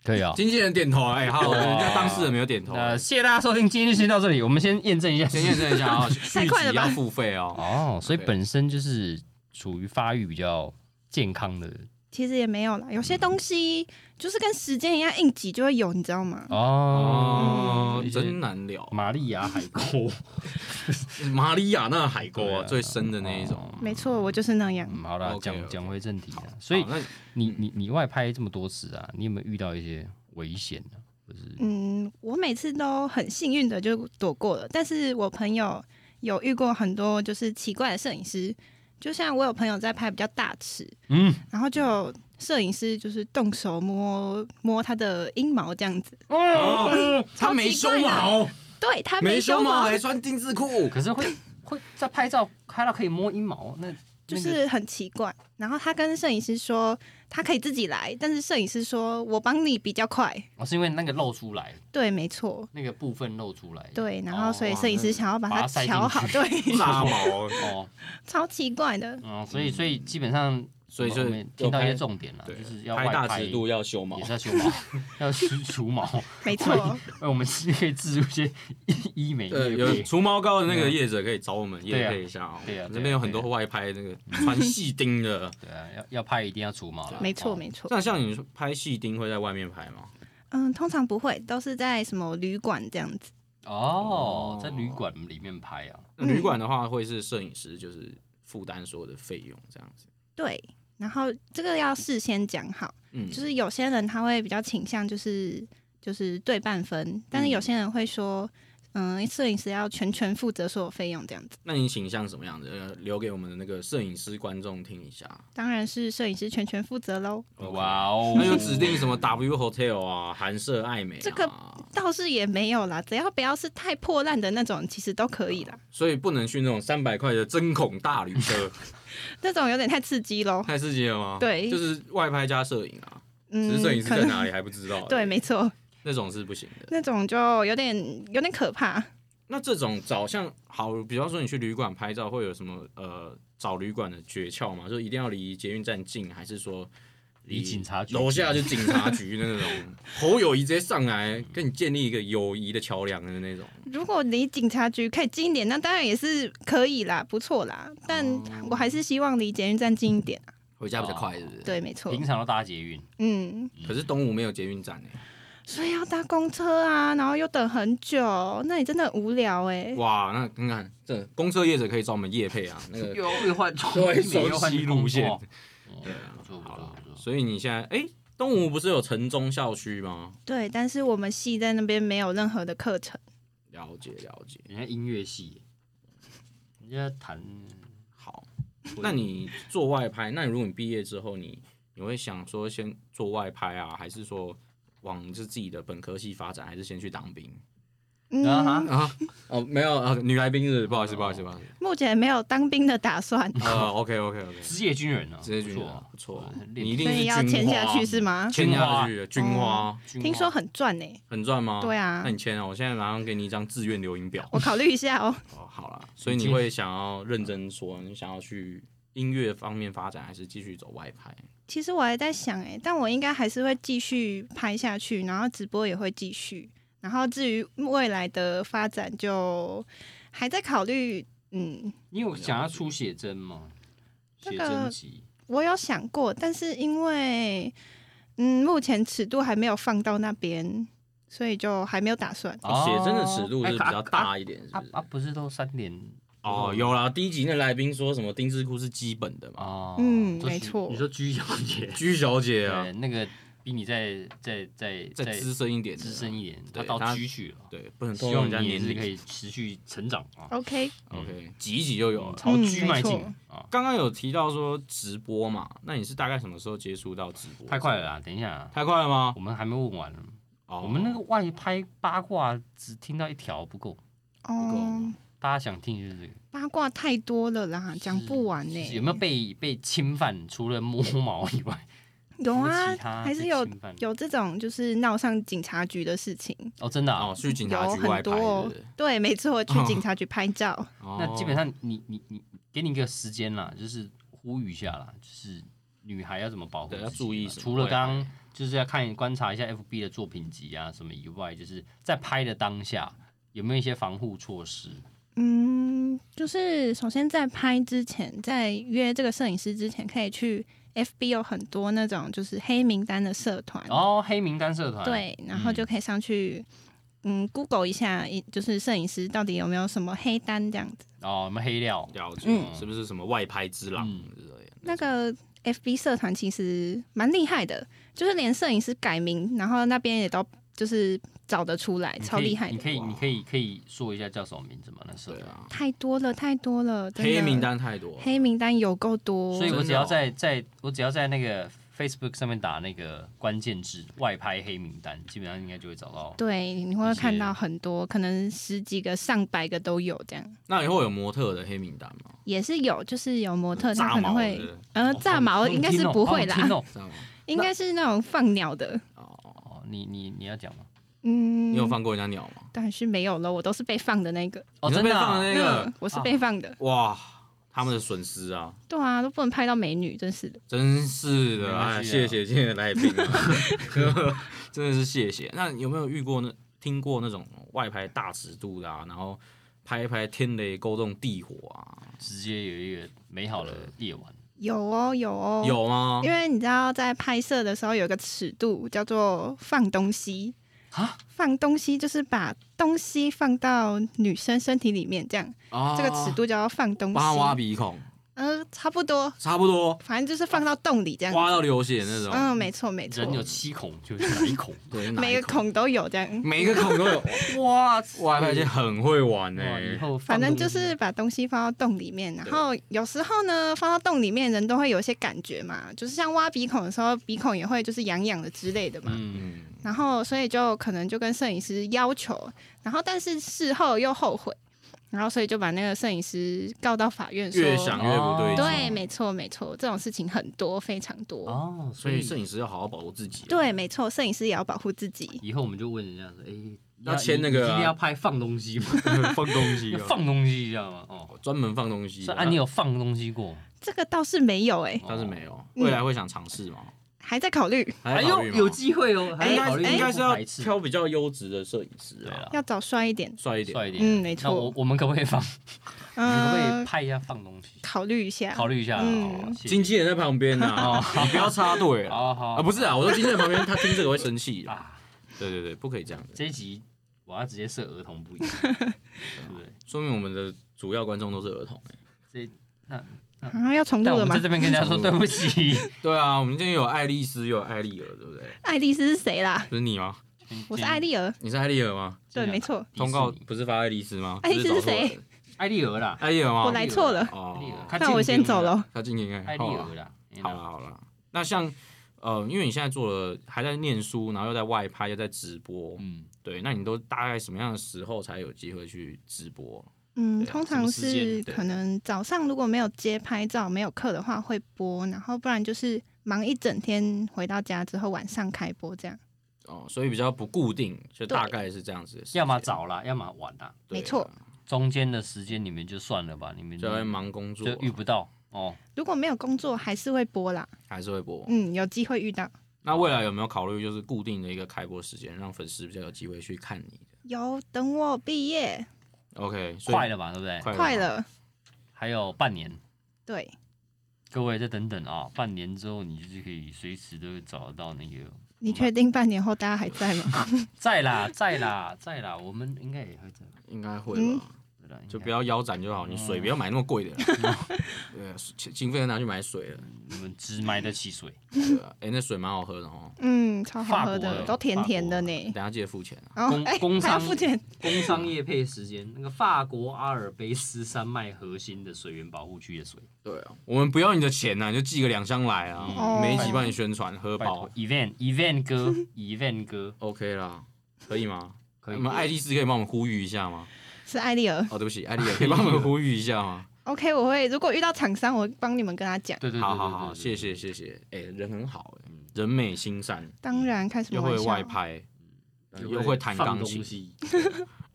Speaker 2: 可以啊。
Speaker 1: 经纪人点头，哎，好，
Speaker 2: 哇
Speaker 1: 人家当事人没有点头，啊
Speaker 2: 那呃谢谢大家收听，今天就先到这里，我们先验证一下。
Speaker 1: 先验证一下 啊，续
Speaker 3: 太快
Speaker 1: 集
Speaker 3: 了吧
Speaker 1: 要付费哦。
Speaker 2: 哦，所以
Speaker 1: 对
Speaker 2: 本身就是处于发育比较健康的
Speaker 3: 其实也没有啦，有些东西就是跟时间一样，应急就会有，你知道吗？
Speaker 2: 哦
Speaker 1: 哦，，真难聊。
Speaker 2: 玛利亚海沟，
Speaker 1: 马里亚纳海沟
Speaker 2: 对
Speaker 1: 啊，
Speaker 2: 啊
Speaker 1: 最深的那一种。
Speaker 3: 没错，我就是那样。
Speaker 2: 哦嗯，好啦，
Speaker 1: OK，
Speaker 2: 讲
Speaker 1: OK
Speaker 2: 讲回正题啊，所以
Speaker 1: 好那嗯
Speaker 2: 你你你外拍这么多次啊，你有没有遇到一些危险呢、或是
Speaker 3: 嗯，我每次都很幸运的就躲过了，但是我朋友有遇过很多就是奇怪的摄影师，就像我有朋友在拍比较大尺，
Speaker 2: 嗯，
Speaker 3: 然后就有摄影师就是动手摸摸他的阴毛这样
Speaker 2: 嗯
Speaker 3: 子，
Speaker 1: 哦，他没
Speaker 3: 超
Speaker 1: 胸
Speaker 3: 奇怪的
Speaker 1: 毛，
Speaker 3: 对他
Speaker 1: 没
Speaker 3: 胸
Speaker 1: 胸毛还穿丁字裤，
Speaker 2: 可是会会在拍照拍到可以摸阴毛，那那
Speaker 3: 就
Speaker 2: 个
Speaker 3: 是很奇怪。然后他跟摄影师说他可以自己来，但是摄影师说我帮你比较快。
Speaker 2: 哦，是因为那个露出来，
Speaker 3: 对，没错。
Speaker 2: 那个部分露出来，
Speaker 3: 对，然后
Speaker 2: 哦
Speaker 3: 所以
Speaker 2: 哇
Speaker 3: 摄影师想要把
Speaker 2: 把它
Speaker 3: 它
Speaker 2: 塞进
Speaker 3: 调好，
Speaker 2: 去
Speaker 3: 对，
Speaker 1: 炸 毛。
Speaker 2: 哦，
Speaker 3: 超奇怪 的。
Speaker 2: 嗯，所以所以基本上，
Speaker 1: 所以
Speaker 2: 我
Speaker 1: 就
Speaker 2: 们哦听到一
Speaker 1: 要
Speaker 2: 些
Speaker 1: 拍
Speaker 2: 重点了，啊就是要
Speaker 1: 拍
Speaker 2: 外
Speaker 1: 大尺度要修毛
Speaker 2: 也是，要修毛，要除除毛。
Speaker 3: 没错，
Speaker 2: 哎，我们是可以植入一些医医美
Speaker 1: 对，
Speaker 2: 业
Speaker 1: 有
Speaker 2: 配，
Speaker 1: 除毛膏的那个业者可以找我们业配一下哦。
Speaker 2: 嗯对啊对啊对啊
Speaker 1: 那边有很多外拍那 个穿细钉的。
Speaker 2: 对啊，要要拍一定要除毛啦
Speaker 3: 没错，
Speaker 2: 哦
Speaker 3: 没错。
Speaker 1: 那像你说拍细钉会在外面拍吗？
Speaker 3: 嗯，通常不会，都是在什么旅馆这样子。
Speaker 2: 哦
Speaker 1: 哦，
Speaker 2: 在旅馆里面拍啊，
Speaker 1: 那
Speaker 3: 嗯
Speaker 1: 旅馆的话会是摄影师就是负担所有的费用这样子。
Speaker 3: 对，然后这个要事先讲好，
Speaker 1: 嗯，
Speaker 3: 就是有些人他会比较倾向就是就是对半分，但是有些人会说，嗯，摄影师要全权负责所有费用这样子。
Speaker 1: 那你倾向什么样的？呃留给我们的那个摄影师观众听一下。
Speaker 3: 当然是摄影师全权负责喽，
Speaker 2: 哇哦，
Speaker 1: 那有指定什么 W Hotel 啊、韩舍爱美、啊，
Speaker 3: 这个倒是也没有啦，只要不要是太破烂的那种，其实都可以啦。
Speaker 1: 所以不能去那种三百块的针孔大旅 社，
Speaker 3: 那种有点太刺激 喽。
Speaker 1: 太刺激了吗？
Speaker 3: 对
Speaker 1: 就是外拍加摄影啊，只
Speaker 3: 嗯
Speaker 1: 是摄影师
Speaker 3: 可
Speaker 1: 在
Speaker 3: 能
Speaker 1: 哪里还不知道。
Speaker 3: 对，没错，
Speaker 1: 那种是不行的。
Speaker 3: 那种就有点有点可怕。
Speaker 1: 那这种找像好，比方说你去旅馆拍照，会有什么呃找旅馆的诀窍吗？就一定要离捷运站近，还是说
Speaker 2: 离警察局
Speaker 1: 楼下就警察局那种？ 侯友谊直接上来跟你建立一个友谊的桥梁的那种。
Speaker 3: 如果离警察局可以近一点，那当然也是可以啦，不错啦。但
Speaker 1: 哦
Speaker 3: 我还是希望离捷运站近一点啊。
Speaker 1: 回家比较快，是不是？。
Speaker 3: 对， 没错
Speaker 2: 平。常都搭捷运，
Speaker 3: 嗯，
Speaker 1: 哦可是东吴没有捷运站哎、
Speaker 3: 所以要搭公车啊，然后又等很久，那你真的很无聊哎、
Speaker 1: 哇，那你看这公车业者可以找我们业配啊，那个
Speaker 2: 又又换
Speaker 1: 对
Speaker 2: 美又换
Speaker 1: 熟悉
Speaker 2: 工
Speaker 1: 路线
Speaker 2: 作哦
Speaker 1: 对啊
Speaker 2: 不错不
Speaker 1: 好
Speaker 2: 错
Speaker 1: 了
Speaker 2: 不，错。
Speaker 1: 所以你现在哎、东吴不是有城中校区吗？
Speaker 3: 对，但是我们系在那边没有任何的课程。
Speaker 1: 了解了解，
Speaker 2: 人家音乐系，人家弹，
Speaker 1: 好。那你做外拍，那如果你毕业之后你，你会想说先做外拍啊，还是说往是自己的本科系发展，还是先去当兵
Speaker 2: 啊哈
Speaker 3: 嗯，
Speaker 1: 啊？哦，没有啊，女来宾是不是不好意思，不好意思，不好意思。
Speaker 3: 目前没有当兵的 打算，
Speaker 1: 啊 OK OK OK，
Speaker 2: 职业军人啊，
Speaker 1: 职业军
Speaker 2: 不
Speaker 1: 人
Speaker 2: 错
Speaker 1: 啊
Speaker 2: 啊
Speaker 1: 不错
Speaker 2: 对，
Speaker 1: 你一
Speaker 3: 所
Speaker 1: 定
Speaker 3: 以要
Speaker 1: 是
Speaker 3: 签
Speaker 1: 军
Speaker 3: 下
Speaker 1: 花，
Speaker 3: 去是吗？
Speaker 1: 签下
Speaker 2: 花
Speaker 1: 去的军花哦
Speaker 2: 军
Speaker 3: 听
Speaker 2: 花
Speaker 3: 说很赚欸呢、
Speaker 1: 很赚吗？
Speaker 3: 对啊
Speaker 1: 那你签啊，我现在马上给你一张志愿留影表。
Speaker 3: 我考虑一下哦。
Speaker 1: 哦，好啦，所以你会想要认真说，你想要去音乐方面发展，还是继续走外拍？
Speaker 3: 其实我还在想哎、但我应该还是会继续拍下去，然后直播也会继续。然后至于未来的发展，就还在考虑。嗯，
Speaker 2: 你有想要出写真吗？
Speaker 3: 这
Speaker 2: 写
Speaker 3: 个
Speaker 2: 真集
Speaker 3: 我有想过，但是因为嗯，目前尺度还没有放到那边，所以就还没有打算。
Speaker 1: 哦写真的尺度
Speaker 3: 哎
Speaker 2: 哎
Speaker 1: 是比较大
Speaker 2: 一
Speaker 1: 一点，是
Speaker 2: 啊
Speaker 1: 不是
Speaker 2: 啊，？不是都三点
Speaker 1: 哦，
Speaker 3: 嗯
Speaker 1: 有啦，第一集那来宾说什么丁字裤是基本的嘛？
Speaker 2: 哦，
Speaker 3: 嗯
Speaker 2: 就是
Speaker 3: 没错
Speaker 2: 你说鞠小姐，
Speaker 1: 居小姐啊
Speaker 2: 对，，那个比你再再再
Speaker 1: 再资深一点的，
Speaker 2: 资深一点，她
Speaker 1: 对
Speaker 2: 到
Speaker 1: 她
Speaker 2: 鞠去了。
Speaker 1: 对，不能透
Speaker 2: 希
Speaker 1: 露
Speaker 2: 望
Speaker 1: 人家
Speaker 2: 你也
Speaker 1: 年
Speaker 2: 是可
Speaker 1: 龄。嗯
Speaker 2: 以持续成长啊，
Speaker 3: OK，
Speaker 1: OK，挤一挤就有
Speaker 2: 嗯
Speaker 1: 了。
Speaker 2: 朝
Speaker 3: 嗯
Speaker 2: 居迈进
Speaker 3: 没
Speaker 2: 啊！
Speaker 1: 刚刚有提到说直播嘛，那你是大概什么时候接触到直播？
Speaker 2: 太快了，啦，等一下啊，
Speaker 1: 太快了吗
Speaker 2: 我？们还没问完呢。
Speaker 1: 哦
Speaker 2: 我们那个外拍八卦只听到一条不够，
Speaker 1: 够
Speaker 3: 哦
Speaker 1: 吗，
Speaker 2: 大家想听就是这个，
Speaker 3: 八卦太多了啦，讲不完欸呢、
Speaker 2: 有没有被被侵犯？除了摸毛以外，
Speaker 3: 有
Speaker 2: 除
Speaker 3: 啊
Speaker 2: 了其，他
Speaker 3: 还是
Speaker 2: 被
Speaker 3: 有
Speaker 2: 侵犯
Speaker 3: 有这种就是闹上警察局的事情，
Speaker 2: 哦，真的啊、
Speaker 1: 哦，去警察
Speaker 3: 有
Speaker 1: 局外
Speaker 3: 很
Speaker 1: 拍
Speaker 3: 多
Speaker 1: 的
Speaker 3: 哦，。对，没错，去警察局拍照。
Speaker 1: 哦
Speaker 2: 那基本上你你你给你一个时间啦，就是呼吁一下啦，就是女孩要怎么保护
Speaker 1: 对
Speaker 2: 自己
Speaker 1: 要
Speaker 2: 嘛，
Speaker 1: 注意什么
Speaker 2: 除了
Speaker 1: 外
Speaker 2: 刚刚就是要看观察一下 FB 的作品集啊什么以外，就是在拍的当下有没有一些防护措施？
Speaker 3: 嗯，就是首先在拍之前，在约这个摄影师之前，可以去 FB 有很多那种就是黑名单的社团，
Speaker 2: 哦，黑名单社团，，
Speaker 3: 对，然后就可以上去嗯 Google 一下，一就是摄影师到底有没有什么黑单这样子。
Speaker 2: 哦，我们黑料，
Speaker 1: 了解、
Speaker 2: 嗯
Speaker 1: 是不是什么外拍之狼
Speaker 2: 嗯
Speaker 1: 之类的？
Speaker 3: 那个 FB 社团其实蛮厉害的，就是连摄影师改名，然后那边也都就是找得出来，
Speaker 2: 你
Speaker 3: 超
Speaker 2: 可以
Speaker 3: 厉害
Speaker 2: 你
Speaker 3: 的。
Speaker 2: 可以
Speaker 1: 哇
Speaker 2: 你可以可以说一下叫什么名字吗？那社
Speaker 1: 对
Speaker 2: 团。
Speaker 1: 啊，
Speaker 3: 太多了，太多了，真
Speaker 1: 黑
Speaker 3: 的
Speaker 1: 名，单太多了，
Speaker 3: 黑名单有够多，
Speaker 2: 所以我
Speaker 1: 真
Speaker 2: 只
Speaker 1: 的哦
Speaker 2: 要在在我只要在那个 Facebook 上面打那个关键字“外拍黑名单”，基本上应该就会找到。
Speaker 3: 对，你会
Speaker 2: 一些
Speaker 3: 看到很多，可能十几个、上百个都有这样，
Speaker 1: 那以后有模特的黑名单吗？
Speaker 3: 也是有，就是有模特，
Speaker 1: 炸
Speaker 3: 他可能
Speaker 1: 毛
Speaker 3: 会
Speaker 1: 的，哦
Speaker 3: 呃炸毛，应该是不会
Speaker 2: 哦
Speaker 3: 啦，
Speaker 2: 好好听哦
Speaker 1: 知道吗？
Speaker 3: 应该是那种放鸟的，
Speaker 1: 哦，
Speaker 2: 哦，你你你要讲吗？
Speaker 3: 嗯，
Speaker 1: 你有放过人家鸟吗？
Speaker 3: 但是没有了，我都是被放的那个，
Speaker 1: 你
Speaker 2: 哦，
Speaker 1: 是
Speaker 2: 真
Speaker 1: 被
Speaker 2: 的
Speaker 1: 放
Speaker 2: 啊、
Speaker 1: 的那个
Speaker 3: 嗯，我是被放的，
Speaker 1: 哇，他们的损失啊，
Speaker 3: 对啊，都不能拍到美女，真是的，
Speaker 1: 真是
Speaker 2: 没
Speaker 1: 的，
Speaker 2: 关
Speaker 1: 哎，
Speaker 2: 系
Speaker 1: 谢
Speaker 2: 啊
Speaker 1: 谢今天的来宾啊， 真的是谢谢。那有没有遇过那听过那种外拍大尺度的、啊，然后拍一拍天雷勾动地火啊？
Speaker 2: 直接有一个美好的夜晚。
Speaker 3: 有哦，有哦，。
Speaker 1: 有啊吗？
Speaker 3: 因为你知道，在拍摄的时候有一个尺度叫做放东西
Speaker 2: 啊，
Speaker 3: 放东西就是把东西放到女生身体里面，这样、
Speaker 1: 啊
Speaker 2: 哦
Speaker 3: 这个尺，度叫做放东西。
Speaker 1: 帮他挖鼻孔，
Speaker 3: 呃，差不多，
Speaker 1: 差不多
Speaker 3: 反正就是放到洞里这样子。
Speaker 1: 挖到流血那种。
Speaker 3: 嗯，没错没错
Speaker 2: 人，有七孔，就是哪一孔？
Speaker 1: 对，哪一嗯
Speaker 3: 每个孔都有这样。
Speaker 1: 每一个孔都 有。
Speaker 2: 哇
Speaker 1: 外拍界很会玩呢、欸
Speaker 2: 哇！以后放
Speaker 3: 反正
Speaker 2: 东
Speaker 3: 就
Speaker 2: 西
Speaker 3: 是把东西放到洞里面，然后有时候呢，放到洞里面人都会有一些感觉嘛，就是像挖鼻孔的时候，鼻孔也会就是痒痒的之类的嘛。
Speaker 2: 嗯，
Speaker 1: 嗯，
Speaker 3: 然后所以就可能就跟摄影师要求，然后但是事后又后悔，然后所以就把那个摄影师告到法院说，
Speaker 1: 越想越不对劲。
Speaker 3: 哦对，啊没错没错，这种事情很多，非常多。
Speaker 2: 哦，
Speaker 1: 所以摄影师要好好保护自己。啊
Speaker 3: 对，没错，摄影师也要保护自己。
Speaker 2: 以后我们就问人家说，哎、你
Speaker 1: 要签
Speaker 2: 你
Speaker 1: 那个
Speaker 2: 你
Speaker 1: 啊
Speaker 2: 今天要拍放东 西吗？
Speaker 1: 放东西
Speaker 2: 要
Speaker 1: 哦，
Speaker 2: 放东西，知道吗？哦，
Speaker 1: 专门放东西
Speaker 2: 所
Speaker 1: 的。
Speaker 2: 以啊，你有放东西过？哦
Speaker 3: 这个倒是没有哎、
Speaker 1: 但是没有，未来会想尝试吗？
Speaker 3: 还在考虑，
Speaker 1: 还在考虑吗
Speaker 2: 哎
Speaker 1: 哎
Speaker 2: 机会哦，
Speaker 1: 应
Speaker 2: 在
Speaker 1: 该
Speaker 2: 考虑
Speaker 1: 应该是要
Speaker 2: 排斥
Speaker 1: 挑比较优质的摄影师
Speaker 2: 对
Speaker 1: 啊，
Speaker 2: 了，
Speaker 3: 要找帅一点。
Speaker 1: 帅一点。
Speaker 2: 帅一点。
Speaker 3: 嗯没
Speaker 2: 那我
Speaker 3: 错
Speaker 2: 我们可不可以放？你可不可以
Speaker 3: 嗯、
Speaker 2: 拍一下放东西？
Speaker 3: 考虑一下。
Speaker 2: 考虑一下啦。
Speaker 3: 嗯
Speaker 2: 哦谢谢
Speaker 1: 经纪人在旁边呢，你不要插队了
Speaker 2: 好好
Speaker 1: 啊！不是啊，我说经纪人旁边，他听这个会生气的。
Speaker 2: 啊，
Speaker 1: 对对对，不可以这样的，
Speaker 2: 这一集我要直接设儿童 不宜，对不对？
Speaker 1: 说明我们的主要观众都是儿童欸。
Speaker 3: 啊，要重
Speaker 2: 但我
Speaker 3: 录了
Speaker 2: 们
Speaker 3: 吗
Speaker 2: 在？这边跟大家说对不起，
Speaker 1: 对啊，我们今天有爱丽丝，又有艾丽儿，对不对？
Speaker 3: 爱丽丝是谁啦？
Speaker 1: 不是你吗？
Speaker 3: 我是艾丽儿，
Speaker 1: 你是艾丽儿吗？
Speaker 3: 对，没，错，
Speaker 1: 通告不是发爱丽丝吗？
Speaker 3: 爱丽丝
Speaker 1: 不
Speaker 3: 是
Speaker 1: 找错人
Speaker 3: 谁？
Speaker 2: 艾丽儿啦，
Speaker 1: 艾丽儿吗？
Speaker 3: 我来错了，
Speaker 2: 艾丽儿
Speaker 1: 哦，，
Speaker 2: 她
Speaker 3: 那我
Speaker 2: 进
Speaker 3: 先
Speaker 2: 阶了
Speaker 3: 走了。。
Speaker 1: 他今年
Speaker 2: 艾丽儿啦，
Speaker 1: 啊
Speaker 2: 哎
Speaker 1: 好啦好啦，那像呃，因为你现在做了还在念书，然后又在外拍，又在直播，
Speaker 2: 嗯，
Speaker 1: 对，那你都大概什么样的时候才有机会去直播？
Speaker 3: 嗯，
Speaker 1: 对啊
Speaker 3: 通
Speaker 1: 什么
Speaker 3: 常
Speaker 1: 时间
Speaker 3: 是
Speaker 1: 对
Speaker 3: 可能早上如果没有接拍照、没有课的话会播，然后不然就是忙一整天，回到家之后晚上开播这样。
Speaker 1: 哦，所以比较不固定，就
Speaker 3: 对
Speaker 1: 大概是这样子的时间。
Speaker 2: 要么早啦，要么晚啦，
Speaker 1: 对啊
Speaker 3: 没错，
Speaker 2: 中间的时间你们就算了吧，你们
Speaker 1: 就会忙工作
Speaker 2: 就，遇不到哦。
Speaker 3: 如果没有工作，还是会播啦。
Speaker 1: 还是会播。
Speaker 3: 嗯，有机会遇到。
Speaker 1: 那未来有没有考虑就是固定的一个开播时间，让粉丝比较有机会去看你的
Speaker 3: 有，等我毕业
Speaker 1: ？OK，所以
Speaker 2: 快了吧，对不对？
Speaker 1: 快
Speaker 3: 快了，
Speaker 2: 还有半年，
Speaker 3: 对，
Speaker 2: 各位再等等啊，半年之后你就是可以随时都找得到那个。
Speaker 3: 你确定半年后大家还在吗？
Speaker 2: 在啦，在啦，在啦，我们应该也会在吧，
Speaker 1: 应该会
Speaker 3: 嗯
Speaker 1: 吧。
Speaker 2: 对啦，应该
Speaker 1: 就不要腰斩就好，你
Speaker 2: 嗯
Speaker 1: 水不要买那么贵的 啦，对啊，经经费都拿去买水了，
Speaker 2: 我们只买得起水，
Speaker 1: 对啊，哎，那水蛮好喝的哦，
Speaker 3: 嗯，超好喝
Speaker 2: 法国
Speaker 3: 的，
Speaker 2: 的
Speaker 3: 都甜甜的
Speaker 1: 等
Speaker 3: 呢。
Speaker 1: 下记得付钱啊。
Speaker 3: 然后
Speaker 2: 工
Speaker 3: 哎，
Speaker 2: 工
Speaker 3: 还要
Speaker 2: 商
Speaker 3: 付钱，
Speaker 2: 工商业配时间，那个法国阿尔卑斯山脉核心的水源保护区 的水，
Speaker 1: 对啊，我们不要你的钱啊呐、你就寄个两箱来啊，
Speaker 3: 哦
Speaker 1: 每一集帮你宣传，喝
Speaker 2: 拜
Speaker 1: 饱啊
Speaker 2: 托，event event 哥，event 哥，
Speaker 1: ，OK 啦，可以吗？
Speaker 2: 可以
Speaker 1: 我们爱丽丝可以帮我们呼吁一下吗？
Speaker 3: 是艾丽尔。
Speaker 1: 哦，对不起，艾丽尔，可以帮我们呼吁一下吗？
Speaker 3: OK，我会如果遇到厂商，我帮你们跟他讲。
Speaker 2: 对对对，
Speaker 1: 好
Speaker 2: 对
Speaker 1: 好好，
Speaker 2: 对
Speaker 1: 谢
Speaker 2: 对
Speaker 1: 谢谢谢。哎，人很好，哎，人美心善，
Speaker 3: 当然，开什
Speaker 1: 又
Speaker 3: 么
Speaker 1: 会
Speaker 3: 玩
Speaker 1: 外
Speaker 3: 笑？
Speaker 1: 拍，
Speaker 4: 又
Speaker 1: 又会弹
Speaker 4: 放
Speaker 1: 钢
Speaker 4: 东
Speaker 1: 琴
Speaker 4: 西，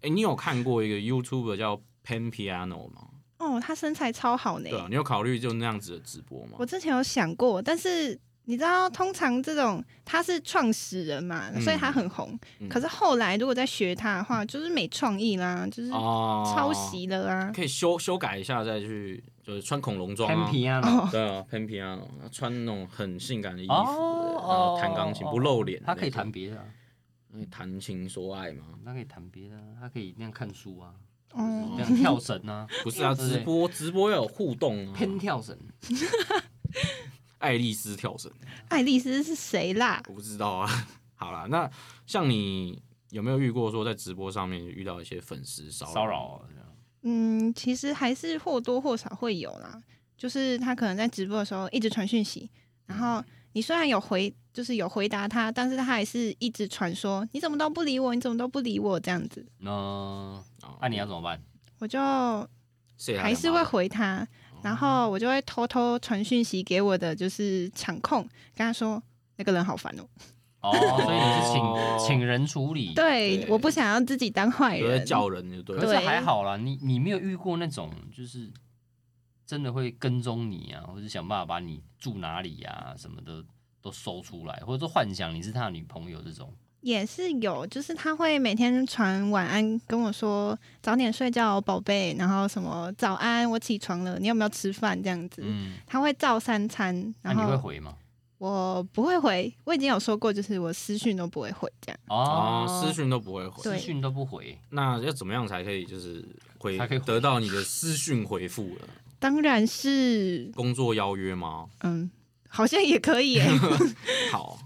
Speaker 1: 哎，你有看过一个 YouTube 叫 Pan Piano 吗？
Speaker 3: 哦，他身材超好呢
Speaker 1: 对。啊，你有考虑就那样子的直播吗
Speaker 3: 我？之前有想过，但是你知道，通常这种他是创始人嘛，
Speaker 1: 嗯
Speaker 3: 所以他很红。
Speaker 1: 嗯
Speaker 3: 可是后来如果再学他的话，就是没创意啦，就是
Speaker 1: 哦，
Speaker 3: 抄袭了啊。
Speaker 1: 可以修修改一下，再去就是穿恐龙装
Speaker 2: 弹
Speaker 1: 啊。
Speaker 2: 皮啊，
Speaker 3: 哦，
Speaker 1: 对啊 p a n piano，穿那种很性感的衣服，
Speaker 2: 哦
Speaker 1: 然后弹钢琴
Speaker 2: 哦
Speaker 1: 不露脸，
Speaker 2: 他可以弹，别的啊，
Speaker 1: 谈情说爱吗？
Speaker 2: 他可以弹别的啊，他可以那样看书啊，
Speaker 3: 哦
Speaker 2: 那样跳绳啊，
Speaker 1: 不是啊，
Speaker 2: 对不
Speaker 1: 直
Speaker 2: 对
Speaker 1: 播直播要有互动啊。
Speaker 2: 偏跳绳，
Speaker 1: 爱丽丝跳绳，
Speaker 3: 爱丽丝是谁啦？
Speaker 1: 我不知道啊。 好啦，那像你有没有遇过说在直播上面遇到一些粉丝骚
Speaker 2: 骚扰啊，这样
Speaker 3: 嗯，其实还是或多或少会有啦，就是他可能在直播的时候一直传讯息，
Speaker 1: 嗯
Speaker 3: 然后你虽然有回，就是有回答他，但是他还是一直传说你怎么都不理我，你怎么都不理我这样子，
Speaker 2: 那
Speaker 1: 哦
Speaker 2: 啊那你要怎么办？
Speaker 3: 我就
Speaker 1: 谢谢他
Speaker 3: 还是会
Speaker 1: 两巴掌
Speaker 3: 回他，
Speaker 1: 哦
Speaker 3: 然后我就会偷偷传讯息给我的就是场控，跟他说那个人好烦哦、
Speaker 2: 哦，所以你是
Speaker 1: 哦
Speaker 2: 请请人处理，
Speaker 3: 对
Speaker 1: 对，
Speaker 3: 我不想要自己当坏
Speaker 1: 有在
Speaker 3: 人，
Speaker 1: 叫人就对
Speaker 2: 可
Speaker 1: 了。
Speaker 2: 是
Speaker 3: 对
Speaker 2: 还好啦，你你没有遇过那种就是真的会跟踪你啊，或者想办法把你住哪里啊什么的都搜出来，或者说幻想你是他的女朋友这种。
Speaker 3: 也是有，就是他会每天传晚安跟我说早点睡觉哦，宝贝，然后什么早安，我起床了，你有没有吃饭这样子，
Speaker 2: 嗯，
Speaker 3: 他会照三餐，
Speaker 2: 那
Speaker 3: 然
Speaker 2: 你会
Speaker 3: 后
Speaker 2: 回吗？
Speaker 3: 我不会回，我已经有说过，就是我私讯都不会回这样。
Speaker 1: 哦，私
Speaker 2: 私
Speaker 1: 讯都不会回。
Speaker 3: 对
Speaker 2: 讯都不回，
Speaker 1: 那要怎么样才可以就是回
Speaker 2: 才可以回
Speaker 1: 得到你的私讯回复了？
Speaker 3: 当然是，
Speaker 1: 工作邀约吗？
Speaker 3: 嗯，好像也 可以耶。
Speaker 1: 好，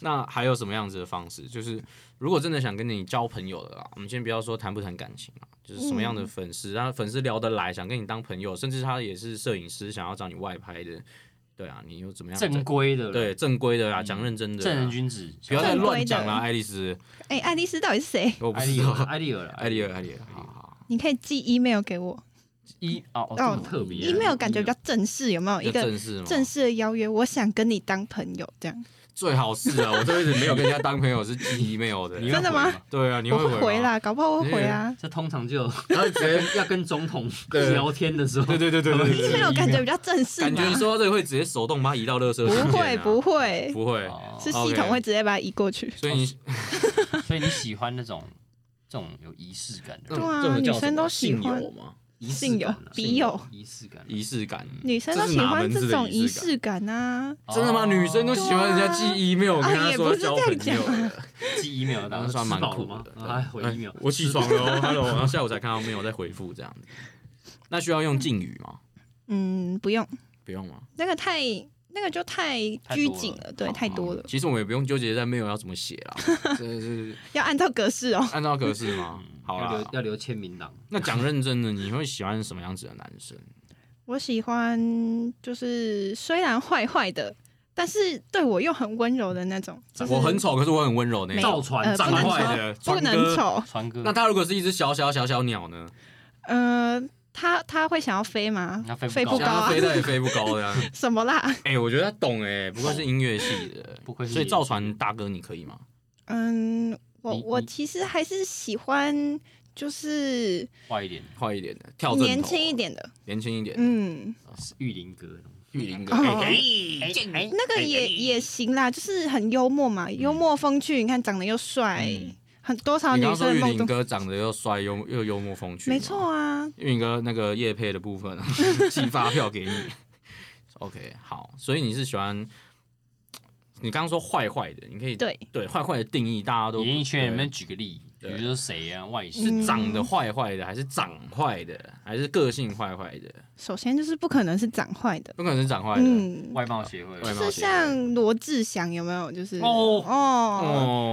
Speaker 1: 那还有什么样子的方式？就是如果真的想跟你交朋友的啦，我们先不要说谈不谈感情啊，就是什么样的粉丝，然后、粉丝聊得来，想跟你当朋友，甚至他也是摄影师，想要找你外拍的，对啊，你又怎么样？
Speaker 2: 正规的
Speaker 1: 对正规的啊，
Speaker 2: 嗯
Speaker 1: 讲认真的啊、
Speaker 2: 正人君子，
Speaker 1: 不要再
Speaker 3: 正规
Speaker 1: 乱
Speaker 3: 的
Speaker 1: 讲啦，爱丽丝，
Speaker 3: 哎、爱丽丝到底是谁？
Speaker 1: 我不
Speaker 2: 艾
Speaker 1: 知
Speaker 2: 丽尔，
Speaker 1: 道，
Speaker 2: 艾丽尔啦，啊
Speaker 1: 艾丽尔，艾丽尔，好好。
Speaker 3: 你可以寄 email 给我
Speaker 2: 一哦哦，这么特别啊
Speaker 3: ，email 感觉比较正式，有没有？
Speaker 1: 要
Speaker 3: 一个
Speaker 1: 正式吗？哦
Speaker 3: 正式的邀约，我想跟你当朋友这样。
Speaker 1: 最好是啊，我这辈子没有跟人家当朋友，是寄 email 的。
Speaker 2: 你会
Speaker 3: 真的吗
Speaker 2: 回
Speaker 1: 对啊，你
Speaker 3: 我
Speaker 1: 会
Speaker 3: 会回
Speaker 1: 吗？
Speaker 3: 啦，搞不好我会回啊。
Speaker 2: 这通常 就
Speaker 1: 然后直接
Speaker 2: 要跟总统
Speaker 1: 对
Speaker 2: 聊天的时候，
Speaker 1: 对对对对对对对
Speaker 3: 没有感觉比较正式
Speaker 1: 感
Speaker 3: 嘛？
Speaker 1: 觉你说到这个会直接手动把它移到垃圾
Speaker 3: 不
Speaker 1: 桶、
Speaker 3: 会不会，
Speaker 1: 啊不会，
Speaker 2: 哦
Speaker 3: 是系
Speaker 1: OK
Speaker 3: 统会直接把它移过去。
Speaker 1: 所以你
Speaker 2: 所以你喜欢那种这种有仪式感的
Speaker 1: 那
Speaker 2: 人
Speaker 1: 种
Speaker 3: 对啊
Speaker 1: 这种叫
Speaker 3: 女生都喜
Speaker 1: 什么
Speaker 3: 欢
Speaker 1: 信友吗？
Speaker 2: 仪式感啊
Speaker 3: 性友笔友
Speaker 2: 仪式感啊，
Speaker 1: 仪式感。
Speaker 3: 女生
Speaker 1: 这
Speaker 3: 都
Speaker 1: 是
Speaker 3: 喜
Speaker 1: 哪
Speaker 3: 欢
Speaker 1: 门子
Speaker 3: 这
Speaker 1: 的
Speaker 3: 种
Speaker 1: 仪
Speaker 3: 仪
Speaker 1: 式感
Speaker 3: 式感啊，
Speaker 2: 哦
Speaker 1: 真的吗？女生 都喜欢人家
Speaker 3: 对啊
Speaker 1: 寄 email，跟
Speaker 3: 啊
Speaker 1: 他
Speaker 3: 也
Speaker 1: 说
Speaker 3: 不是
Speaker 1: 交
Speaker 3: 这
Speaker 1: 朋
Speaker 3: 样讲
Speaker 1: 友
Speaker 3: 啊
Speaker 1: 的，
Speaker 2: 寄 email，然
Speaker 1: 然后
Speaker 2: 后
Speaker 1: 算
Speaker 2: 吃
Speaker 1: 蛮
Speaker 2: 饱了
Speaker 1: 酷
Speaker 2: 吗
Speaker 1: 的？。对
Speaker 2: 然后还回 email，
Speaker 1: 哎我起床了 哦，Hello，然后下午才看到没有再回复这样子。那需要用敬语吗？
Speaker 3: 嗯，不用，
Speaker 1: 不用吗？
Speaker 3: 那个太那个就太
Speaker 2: 太
Speaker 3: 拘
Speaker 2: 多
Speaker 3: 谨
Speaker 2: 了
Speaker 3: 了，对，太多了，
Speaker 1: 其实我们也不用纠结在 mail 要怎么写 啦，这是
Speaker 3: 要按照格式哦。
Speaker 1: 按照格式吗？
Speaker 3: 嗯
Speaker 1: 好
Speaker 2: 要
Speaker 1: 啦
Speaker 2: 留，要留签名档。
Speaker 1: 那讲认真的，你会喜欢什么样子的男生？
Speaker 3: 我喜欢就是虽然坏坏的，但是对我又很温柔的那种。就是
Speaker 1: 啊我很丑，可是我很温柔那
Speaker 3: 没
Speaker 1: 种。
Speaker 2: 造船
Speaker 3: 呃
Speaker 2: 长
Speaker 3: 不能
Speaker 2: 坏
Speaker 1: 的
Speaker 3: 丑，
Speaker 1: 传
Speaker 3: 不
Speaker 1: 哥
Speaker 3: 能丑。
Speaker 2: 船哥，
Speaker 1: 那他如果是一只小小小小鸟呢？
Speaker 3: 呃，他他会想要飞吗
Speaker 2: 他飞？不
Speaker 3: 不
Speaker 2: 高
Speaker 3: 高
Speaker 1: 想要
Speaker 3: 啊
Speaker 1: 飞？的也飞不高的啊。
Speaker 3: 什么啦？
Speaker 1: 哎、我觉得他懂哎、不愧是音乐系的，
Speaker 2: 不愧是
Speaker 1: 所以造船大哥，你可以吗？
Speaker 3: 嗯，我
Speaker 2: 你
Speaker 3: 我
Speaker 2: 你
Speaker 3: 其实还是喜欢就是
Speaker 2: 坏一点，
Speaker 1: 快一点的，跳正头
Speaker 3: 年轻一，点的，
Speaker 1: 年轻一点，
Speaker 3: 嗯，
Speaker 2: 玉林哥
Speaker 1: 玉林哥，
Speaker 3: 哦
Speaker 1: 哎哎
Speaker 2: 哎
Speaker 3: 那个也也行啦，就是很幽默嘛，
Speaker 1: 嗯
Speaker 3: 幽默风趣。你看长得又帅，
Speaker 2: 嗯
Speaker 3: 很多少
Speaker 1: 哎你
Speaker 3: 女
Speaker 1: 刚刚
Speaker 3: 生
Speaker 1: 说
Speaker 3: 的
Speaker 1: 玉
Speaker 3: 梦
Speaker 1: 林
Speaker 3: 中，
Speaker 1: 哥长得又帅又又幽默风趣，
Speaker 3: 没错。啊，
Speaker 1: 玉林哥那个叶配的部分 啊，寄发票给你。OK，好，所以你是喜欢。你刚刚说坏坏的，你可以
Speaker 3: 对嗯
Speaker 1: 对坏坏的定义，大家都
Speaker 2: 演艺圈里
Speaker 1: 对
Speaker 2: 面举个例，比
Speaker 1: 对
Speaker 2: 如说谁啊，外
Speaker 1: 是
Speaker 2: 形
Speaker 1: 长得坏坏的，还是长坏的，还是个性坏坏的？
Speaker 3: 首先就是不可能是长坏的，
Speaker 1: 不可能是长坏的。
Speaker 3: 嗯，
Speaker 2: 外貌协会
Speaker 1: 外貌
Speaker 3: 是像罗志祥有没有？就是
Speaker 2: 哦
Speaker 3: 哦，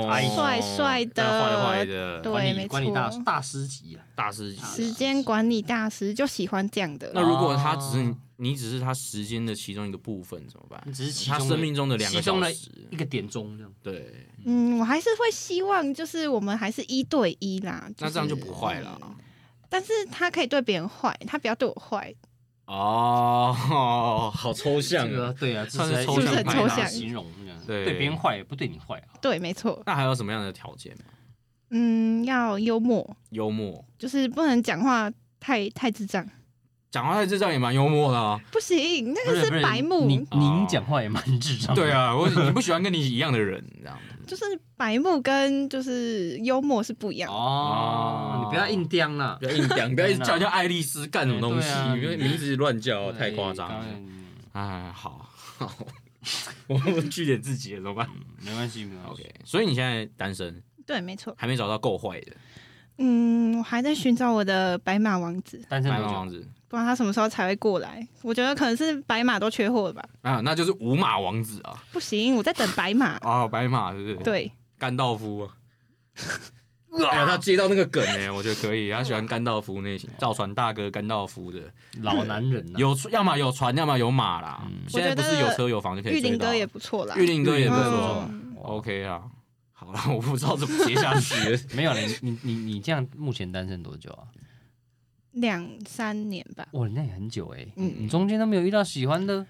Speaker 1: 哦
Speaker 2: 哎
Speaker 3: 帅帅的
Speaker 1: 但坏坏的，
Speaker 3: 对
Speaker 2: 管
Speaker 3: 没
Speaker 2: 理
Speaker 3: 错
Speaker 2: 管理大大师级啊，
Speaker 1: 大师级。
Speaker 3: 时间管理大师就喜欢这样的
Speaker 1: 那
Speaker 2: 哦
Speaker 1: 如果他只是你你只是他时间的其中一个部分怎么办
Speaker 2: 你？只是其
Speaker 1: 他
Speaker 2: 中
Speaker 1: 生命中的两个
Speaker 2: 其
Speaker 1: 小
Speaker 2: 中的
Speaker 1: 时，
Speaker 2: 一个点钟这样。
Speaker 1: 对，
Speaker 3: 嗯，我还是会希望就是我们还是一对一啦，
Speaker 1: 那这样就嗯
Speaker 3: 就是
Speaker 1: 不坏了。
Speaker 3: 但是他可以对别人坏，他不要对我坏。
Speaker 1: 哦，好抽象
Speaker 2: 这个
Speaker 1: 啊。
Speaker 2: 对啊，
Speaker 1: 算是
Speaker 2: 这
Speaker 1: 抽
Speaker 3: 象派
Speaker 2: 抽
Speaker 3: 啦
Speaker 2: 象形容这样，
Speaker 1: 对
Speaker 2: 对别人坏也不对你坏啊，
Speaker 3: 对，没错。
Speaker 1: 那还有什么样的条件吗？
Speaker 3: 嗯，要幽默，
Speaker 1: 幽默，
Speaker 3: 就是不能讲话太太智障，
Speaker 1: 讲话太智障也蛮幽默的 啊。
Speaker 3: 不行，那
Speaker 2: 不
Speaker 3: 个
Speaker 2: 是不
Speaker 3: 是白
Speaker 2: 您
Speaker 3: 目，
Speaker 2: 您讲话也蛮智障，
Speaker 1: 哦对，啊，我你不喜欢跟你一样的人，这样子。
Speaker 3: 就是白目跟就是幽默是不一样的。
Speaker 2: 哦，你不要硬刁啦
Speaker 1: 不，要硬讲，不要一直叫叫爱丽丝干什么东西
Speaker 2: 对啊，
Speaker 1: 因为名字乱叫哦太夸张
Speaker 2: 哎
Speaker 1: 了。
Speaker 2: 刚刚
Speaker 1: 哎，好，好，我们据点自己了，怎么办
Speaker 2: 嗯没关系，没关系，
Speaker 1: ？OK，所以你现在单身，
Speaker 3: 对，没错。
Speaker 1: 还没找到够坏的
Speaker 3: 嗯，我还在寻找我的白马王子，
Speaker 2: 单身
Speaker 1: 白
Speaker 2: 多
Speaker 1: 马
Speaker 2: 久
Speaker 1: 王？子
Speaker 3: 不知道他什么时候才会过来。我觉得可能是白马都缺货了吧。
Speaker 1: 啊，那就是五马王子啊，
Speaker 3: 不行，我在等白马。哦
Speaker 1: 啊，白马是不是？，
Speaker 3: 对，
Speaker 1: 甘道夫啊。 哎呀，他接到那个梗哎、 我觉得可以。他喜欢甘道夫那型，嗯造船大哥甘道夫的，
Speaker 2: 老男人啊了，
Speaker 1: 有要么有船，要么有马啦。现在不是有车有房就可以
Speaker 3: 玉
Speaker 1: 追
Speaker 3: 林
Speaker 1: 到
Speaker 3: 哥
Speaker 1: 啊。
Speaker 3: 也不错啦。
Speaker 1: 嗯玉林哥也不
Speaker 3: 嗯
Speaker 1: 错，OK 啊。好了，我不知道怎么接下 去了。
Speaker 2: 没有了，你你你你这样目前单身多久啊？
Speaker 3: 两三年吧。
Speaker 2: 哇，那也很久哎，
Speaker 3: 嗯
Speaker 2: 你中间都没有遇到喜欢的，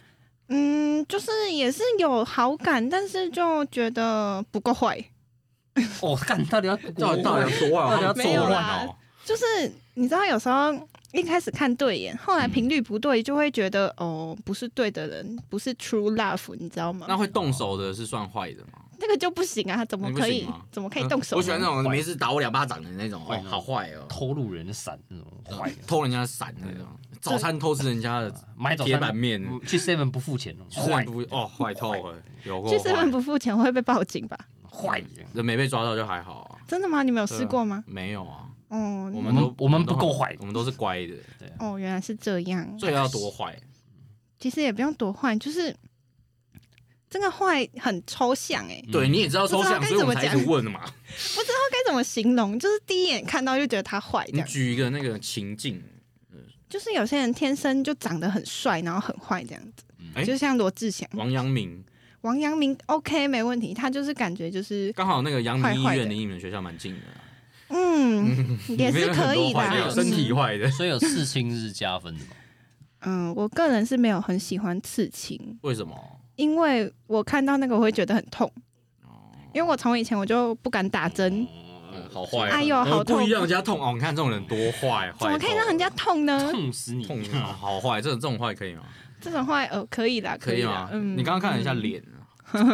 Speaker 3: 嗯，就是也是有好感，但是就觉得不够坏。
Speaker 2: 哦，干到底要
Speaker 1: 到底到底要多啊？
Speaker 2: 到底要
Speaker 1: 做
Speaker 3: 没有
Speaker 1: 乱
Speaker 3: 啦
Speaker 1: 哦。
Speaker 3: 就是你知道，有时候一开始看对眼，后来频率不对，就会觉得、哦，不是对的人，不是 true love，你知道吗？
Speaker 1: 那会动手的是算坏的吗？
Speaker 3: 那个就不行啊，怎么可
Speaker 1: 你
Speaker 3: 以
Speaker 1: 不行吗？
Speaker 3: 怎么 可以动手？
Speaker 1: 我喜欢那种没事打我两巴掌的那种，
Speaker 2: 坏
Speaker 1: 哦，
Speaker 2: 的
Speaker 1: 好坏哦，
Speaker 2: 偷路人的伞那种坏的，
Speaker 1: 偷人家伞的那种，早餐偷吃人家的
Speaker 2: 买早
Speaker 1: 铁
Speaker 2: 餐
Speaker 1: 板面，
Speaker 2: 不去 seven 不付钱哦，
Speaker 1: 就是
Speaker 2: 坏
Speaker 1: 不哦坏透了，有过
Speaker 3: 去日
Speaker 1: 坏
Speaker 3: 本不付钱会被报警吧？
Speaker 2: 坏人。
Speaker 1: 人没被抓到就还好啊。
Speaker 3: 真的吗？你们有
Speaker 1: 对啊
Speaker 3: 试过吗？
Speaker 1: 没有啊，
Speaker 3: 哦，
Speaker 1: 嗯我
Speaker 3: 你
Speaker 1: 们
Speaker 2: 我
Speaker 1: 都
Speaker 2: 们我们
Speaker 1: 都
Speaker 2: 不够
Speaker 1: 很
Speaker 2: 坏
Speaker 1: 我们都是乖 的，
Speaker 3: 哦，原来是这样。
Speaker 1: 所以要多坏。
Speaker 3: 其实也不用多坏，就是这个坏很抽象哎、
Speaker 2: 嗯
Speaker 1: 对，你也知道抽象，
Speaker 3: 不
Speaker 1: 所以我
Speaker 3: 知道该怎么
Speaker 1: 们才一直问嘛。
Speaker 3: 该怎么形容？就是第一眼看到就觉得他坏，这
Speaker 1: 你
Speaker 3: 样。
Speaker 1: 举一个那个情境，
Speaker 3: 就是有些人天生就长得很帅，然后很坏这样子，
Speaker 1: 哎
Speaker 3: 就像罗志祥、
Speaker 1: 王阳明，
Speaker 3: 王阳明，OK 没问题，他就是感觉就是
Speaker 1: 刚好那个阳明医
Speaker 3: 坏坏
Speaker 1: 院
Speaker 3: 的
Speaker 1: 离你们学校蛮近的啊，
Speaker 3: 嗯，也
Speaker 1: 里面
Speaker 3: 是
Speaker 1: 有很多
Speaker 3: 可以的
Speaker 1: 坏
Speaker 3: 啊
Speaker 1: 掉。身体坏的，
Speaker 2: 所以有刺青是加分的嘛？
Speaker 3: 嗯，我个人是没有很喜欢刺青，
Speaker 1: 为什么？
Speaker 3: 因为我看到那个我会觉得很痛。
Speaker 1: 哦
Speaker 3: 因为我从以前我就不敢打针，
Speaker 1: 嗯好坏哦，
Speaker 3: 哎呦
Speaker 1: 然后
Speaker 3: 好
Speaker 1: 故
Speaker 3: 痛
Speaker 1: 意让人家痛哦！你看这种人多坏，坏
Speaker 3: 怎么可以
Speaker 1: 透
Speaker 3: 让人家痛 呢？
Speaker 2: 痛死你！
Speaker 1: 痛啊？好坏，这种这种坏可以吗？
Speaker 3: 这种坏呃可以啦，
Speaker 1: 可以
Speaker 3: 以
Speaker 1: 吗
Speaker 3: 啦，？嗯，
Speaker 1: 你刚刚看了一下脸啊，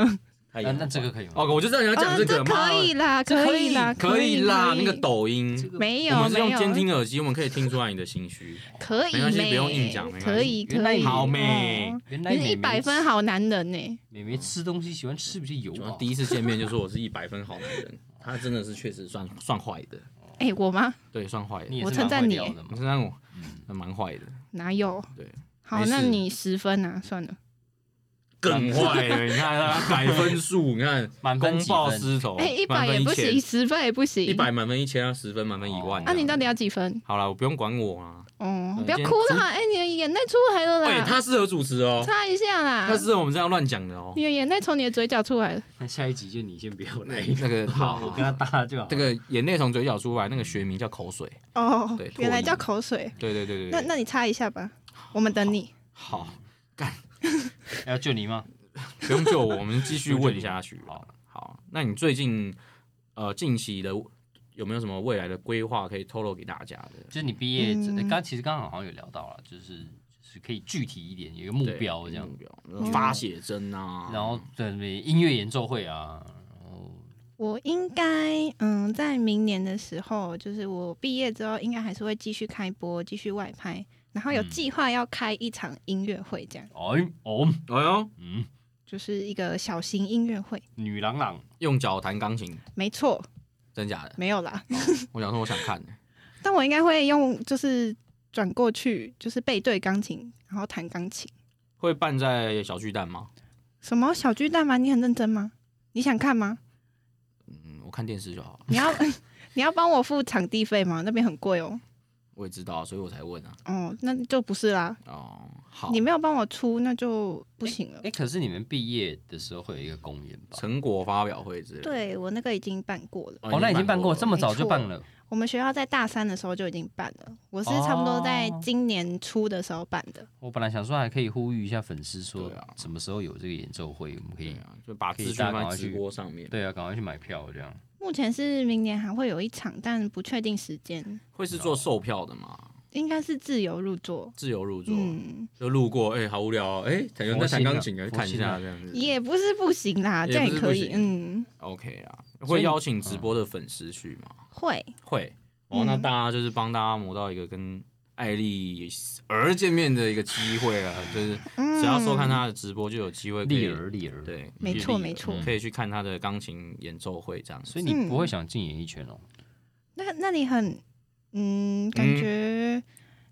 Speaker 1: 哎
Speaker 2: 那
Speaker 1: 呀
Speaker 2: 那这个可以吗？
Speaker 1: 哦，我就知道你要讲
Speaker 3: 嗯
Speaker 1: 这个，
Speaker 3: 这
Speaker 1: 妈
Speaker 3: 可以啦，
Speaker 1: 这
Speaker 3: 可以啦，
Speaker 1: 可以啦，那个抖
Speaker 2: 这
Speaker 1: 音。
Speaker 2: 个
Speaker 3: 没
Speaker 1: 我
Speaker 3: 有，
Speaker 1: 们是
Speaker 3: 没有
Speaker 1: 用监听耳机，我们可以听出来你的心虚。
Speaker 3: 可以
Speaker 1: 没关系
Speaker 3: 妹
Speaker 1: 不用硬讲没关系
Speaker 3: 可以
Speaker 2: 原来
Speaker 3: 可以，
Speaker 1: 好妹
Speaker 3: 哦
Speaker 2: 原来
Speaker 3: 你是
Speaker 2: 美
Speaker 3: 一百
Speaker 2: 眉
Speaker 3: 分好男人呢，
Speaker 2: 美眉吃东西喜欢吃比较油啊，
Speaker 1: 第一次见面就说我是一百分好男人， 他真的是确实算算坏的，
Speaker 3: 哎，我吗？
Speaker 1: 对，算坏
Speaker 2: 你
Speaker 1: 的。
Speaker 2: 也是
Speaker 3: 我
Speaker 2: 蛮
Speaker 3: 称赞你
Speaker 2: 会聊的嘛嗯
Speaker 1: 我是那种蛮坏的，
Speaker 3: 哪有？
Speaker 1: 对，
Speaker 3: 好
Speaker 1: 没，事
Speaker 3: 那你十分啊，算了。
Speaker 1: 更坏 的。你看他改分数，你看
Speaker 2: 满分
Speaker 1: 公
Speaker 2: 几
Speaker 1: 报
Speaker 2: 分
Speaker 1: 私仇，
Speaker 3: 哎，一
Speaker 1: 哦满
Speaker 3: 百
Speaker 1: 分
Speaker 3: 也不
Speaker 1: 1000
Speaker 3: 行，十分也不行。
Speaker 1: 一百满分一千啊，十分满分一万。
Speaker 3: 啊，你到底要几分？
Speaker 1: 好了，我不用管我啊。
Speaker 3: 哦
Speaker 1: 嗯，
Speaker 3: 不要哭啦！哎，你的眼泪出来了
Speaker 1: 哎、
Speaker 3: 啦，
Speaker 1: 他适合主持哦，
Speaker 3: 擦一下啦
Speaker 1: 他。适合我们这样乱讲的哦。
Speaker 3: 你的眼泪从你的嘴角出来了。
Speaker 2: 那下一集就你先不要来，
Speaker 1: 那个好，啊
Speaker 2: 我跟他搭 就好。
Speaker 1: 这个眼泪从嘴角出来，那个学名叫口水。
Speaker 3: 哦
Speaker 1: 对脱
Speaker 3: 原来
Speaker 1: 离
Speaker 3: 叫口水。
Speaker 1: 对对对对
Speaker 3: 那
Speaker 1: 对。
Speaker 3: 那你擦一下吧，我们等你。
Speaker 1: 好，
Speaker 2: 要救你吗？
Speaker 1: 不用救我，我们继续问下去。
Speaker 2: 好，
Speaker 1: 好，那你最近呃近期的有没有什么未来的规划可以透露给大家的？
Speaker 2: 就是你毕业之
Speaker 3: 嗯
Speaker 2: 刚其实刚好好像有聊到了，就是就是可以具体一点，有一个目
Speaker 1: 对
Speaker 2: 标这样
Speaker 1: 目。标发写真啊，
Speaker 2: 然后在那边音乐演奏会啊，然后
Speaker 3: 我应该嗯，在明年的时候，就是我毕业之后，应该还是会继续开播，继续外拍，然后有
Speaker 2: 嗯
Speaker 3: 计划要开一场音乐会，这样
Speaker 2: 哦哦
Speaker 1: 哎呦，
Speaker 2: 嗯，
Speaker 3: 就是一个小型音乐会。
Speaker 2: 女郎朗
Speaker 1: 用脚弹钢琴，
Speaker 3: 没错，
Speaker 1: 真假的？
Speaker 3: 没有啦，
Speaker 1: 我想说我想 看，
Speaker 3: 但我应该会用就是转过去，就是背对钢琴，然后弹钢琴。
Speaker 1: 会办在小巨蛋吗？
Speaker 3: 什么小巨蛋吗？你很认真吗？你想看吗？
Speaker 1: 嗯，我看电视就好了。
Speaker 3: 你要 你要帮我付场地费吗？那边很贵哦。
Speaker 1: 我也知道，所以我才问啊。
Speaker 3: 哦，那就不是啦。
Speaker 1: 哦，好，
Speaker 3: 你没有帮我出，那就不行了。
Speaker 2: 哎，可是你们毕业的时候会有一个公演吧？
Speaker 1: 成果发表会之类的。
Speaker 3: 对我那个已经办过了，
Speaker 1: 哦，
Speaker 2: 哦，那已经办过，
Speaker 1: 了
Speaker 2: 这么早
Speaker 3: 没
Speaker 2: 就
Speaker 3: 错
Speaker 2: 办了。
Speaker 3: 我们学校在大三的时候就已经办了，我是差不多在
Speaker 2: 哦
Speaker 3: 今年初的时候办的。
Speaker 2: 我本来想说还可以呼吁一下粉丝，说
Speaker 1: 对啊
Speaker 2: 什么时候有这个演奏会，我们可
Speaker 1: 对
Speaker 2: 以
Speaker 1: 啊，就把
Speaker 2: 可
Speaker 1: 资
Speaker 2: 以
Speaker 1: 讯
Speaker 2: 大家
Speaker 1: 放
Speaker 2: 赶快
Speaker 1: 在直
Speaker 2: 去
Speaker 1: 播上面，
Speaker 2: 对啊，赶快去买票这样。
Speaker 3: 目前是明年还会有一场，但不确定时间，
Speaker 1: 会是做售票的嘛？
Speaker 3: 应该是自由入座。
Speaker 1: 自由入座，
Speaker 3: 嗯，
Speaker 1: 就路过，哎，好无聊哦，哎，有人在弹钢琴，哎，看一
Speaker 2: 啊
Speaker 1: 下这样子。
Speaker 3: 也不是不行啦，
Speaker 1: 也
Speaker 3: 这样
Speaker 1: 不
Speaker 3: 也
Speaker 1: 是
Speaker 3: 可
Speaker 1: 不
Speaker 3: 以。
Speaker 1: 行
Speaker 3: 嗯，
Speaker 1: OK 啊，
Speaker 2: 所以嗯
Speaker 1: 会
Speaker 2: 你
Speaker 1: 邀请直播的粉丝去吗？
Speaker 3: 会。
Speaker 1: 会。哦，
Speaker 3: 嗯
Speaker 1: 那大家就是帮大家磨到一个跟艾丽儿见面的一个机会啊，就是
Speaker 3: 嗯，
Speaker 1: 只要收看她的直播，就有机会可以
Speaker 2: 丽儿，丽儿，，
Speaker 1: 对，
Speaker 3: 没错
Speaker 1: 丽儿
Speaker 3: 没错
Speaker 1: 可以去看她的钢琴演奏会这样子。
Speaker 2: 所以你不会想进演艺圈哦？
Speaker 3: 那那你很，嗯，感觉、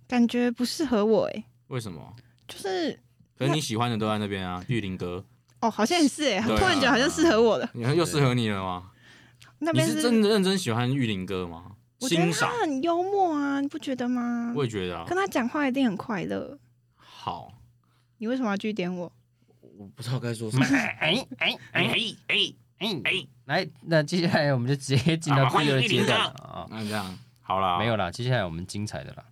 Speaker 3: 感觉不适合我哎、
Speaker 1: 为什么？
Speaker 3: 就是
Speaker 1: 可是你喜欢的都在那边 啊，玉林哥，
Speaker 3: 哦，好像也是哎、
Speaker 1: 对啊
Speaker 3: 突然觉得好像适合我的。
Speaker 1: 你看又适合你了吗？
Speaker 3: 那
Speaker 1: 你
Speaker 3: 边
Speaker 1: 是真的认真喜欢玉林哥吗？
Speaker 3: 我觉得
Speaker 1: 欣赏，
Speaker 3: 他很幽默啊，你不觉得吗？
Speaker 1: 我也觉得啊
Speaker 3: 跟。他讲话一定很快乐。
Speaker 1: 好，
Speaker 3: 你为什么要据点我？
Speaker 1: 我不知道该说什么。
Speaker 2: 哎哎哎哎
Speaker 1: 哎，
Speaker 2: 哎
Speaker 1: 哎！
Speaker 2: 来，那接下来我们就直接进到
Speaker 1: 啊欢
Speaker 2: 第
Speaker 1: 迎
Speaker 2: 二
Speaker 1: 玉
Speaker 2: 阶
Speaker 1: 林
Speaker 2: 段
Speaker 1: 哥
Speaker 2: 了啊。
Speaker 1: 那这样好啦，
Speaker 2: 没有啦，接下来我们精彩的啦，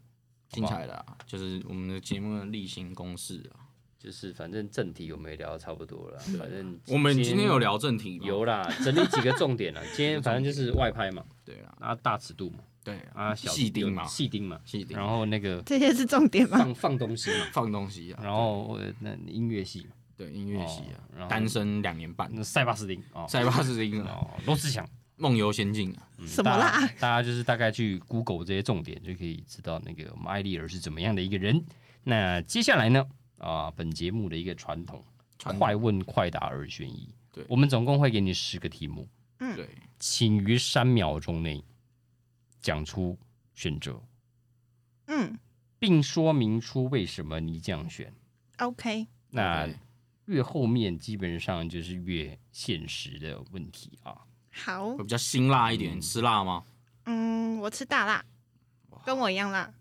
Speaker 1: 精彩的啊，就是我们的节目的例行公事啊。
Speaker 2: 就是反正正题我们也聊的差不多了啦，啊反正
Speaker 1: 我们今天有聊正题吗？
Speaker 2: 有啦，整理几个重点 啦。今天反正就是外拍嘛，
Speaker 1: 对啊，
Speaker 2: 啊大尺度嘛，
Speaker 1: 对
Speaker 2: 啊小
Speaker 1: 细丁嘛，
Speaker 2: 细丁嘛，
Speaker 1: 细丁
Speaker 2: 然后那个
Speaker 3: 这些是重点吗？
Speaker 2: 放放东西 嘛，
Speaker 1: 放东西啊，
Speaker 2: 然后呃那音乐系嘛，
Speaker 1: 对音乐系啊
Speaker 2: 哦，然后
Speaker 1: 单身两年半，
Speaker 2: 那塞巴斯汀哦，
Speaker 1: 塞巴斯汀啊，
Speaker 2: 哦罗志祥，
Speaker 1: 梦游仙境啊，
Speaker 2: 嗯
Speaker 3: 什么啦
Speaker 2: 大家大家就是大概去 Google 这些重点，就可以知道那个我们艾丽儿是怎么样的一个人。那接下来呢，啊，本节目的一个传统，
Speaker 1: 传
Speaker 2: 快问快答二选一。
Speaker 1: 对
Speaker 2: 我们总共会给你十个题目，
Speaker 1: 对，
Speaker 2: 请于三秒钟内讲出选择，
Speaker 3: 嗯
Speaker 2: 并说明出为什么你这样选。
Speaker 3: ，OK，
Speaker 2: 那
Speaker 1: OK
Speaker 2: 越后面基本上就是越现实的问题啊。
Speaker 3: 好
Speaker 1: 会，比较辛辣一点，吃辣吗？
Speaker 3: 嗯，我吃大辣，跟我一样辣，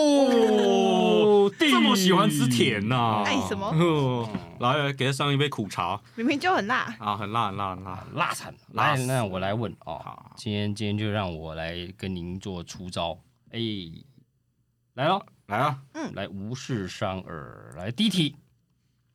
Speaker 1: 哦，这么喜欢吃甜呐？
Speaker 3: 爱什么
Speaker 1: 哦？来来，给他上一杯苦茶
Speaker 3: 明明就很辣。
Speaker 1: 啊，很辣很辣很辣。
Speaker 2: 辣惨了！
Speaker 1: 辣
Speaker 2: 来，
Speaker 1: 死
Speaker 2: 那我来问哦
Speaker 1: 好，
Speaker 2: 今天今天就让我来跟您做出招，哎，来喽，
Speaker 1: 来啊，
Speaker 2: 来无事伤耳，来第一题，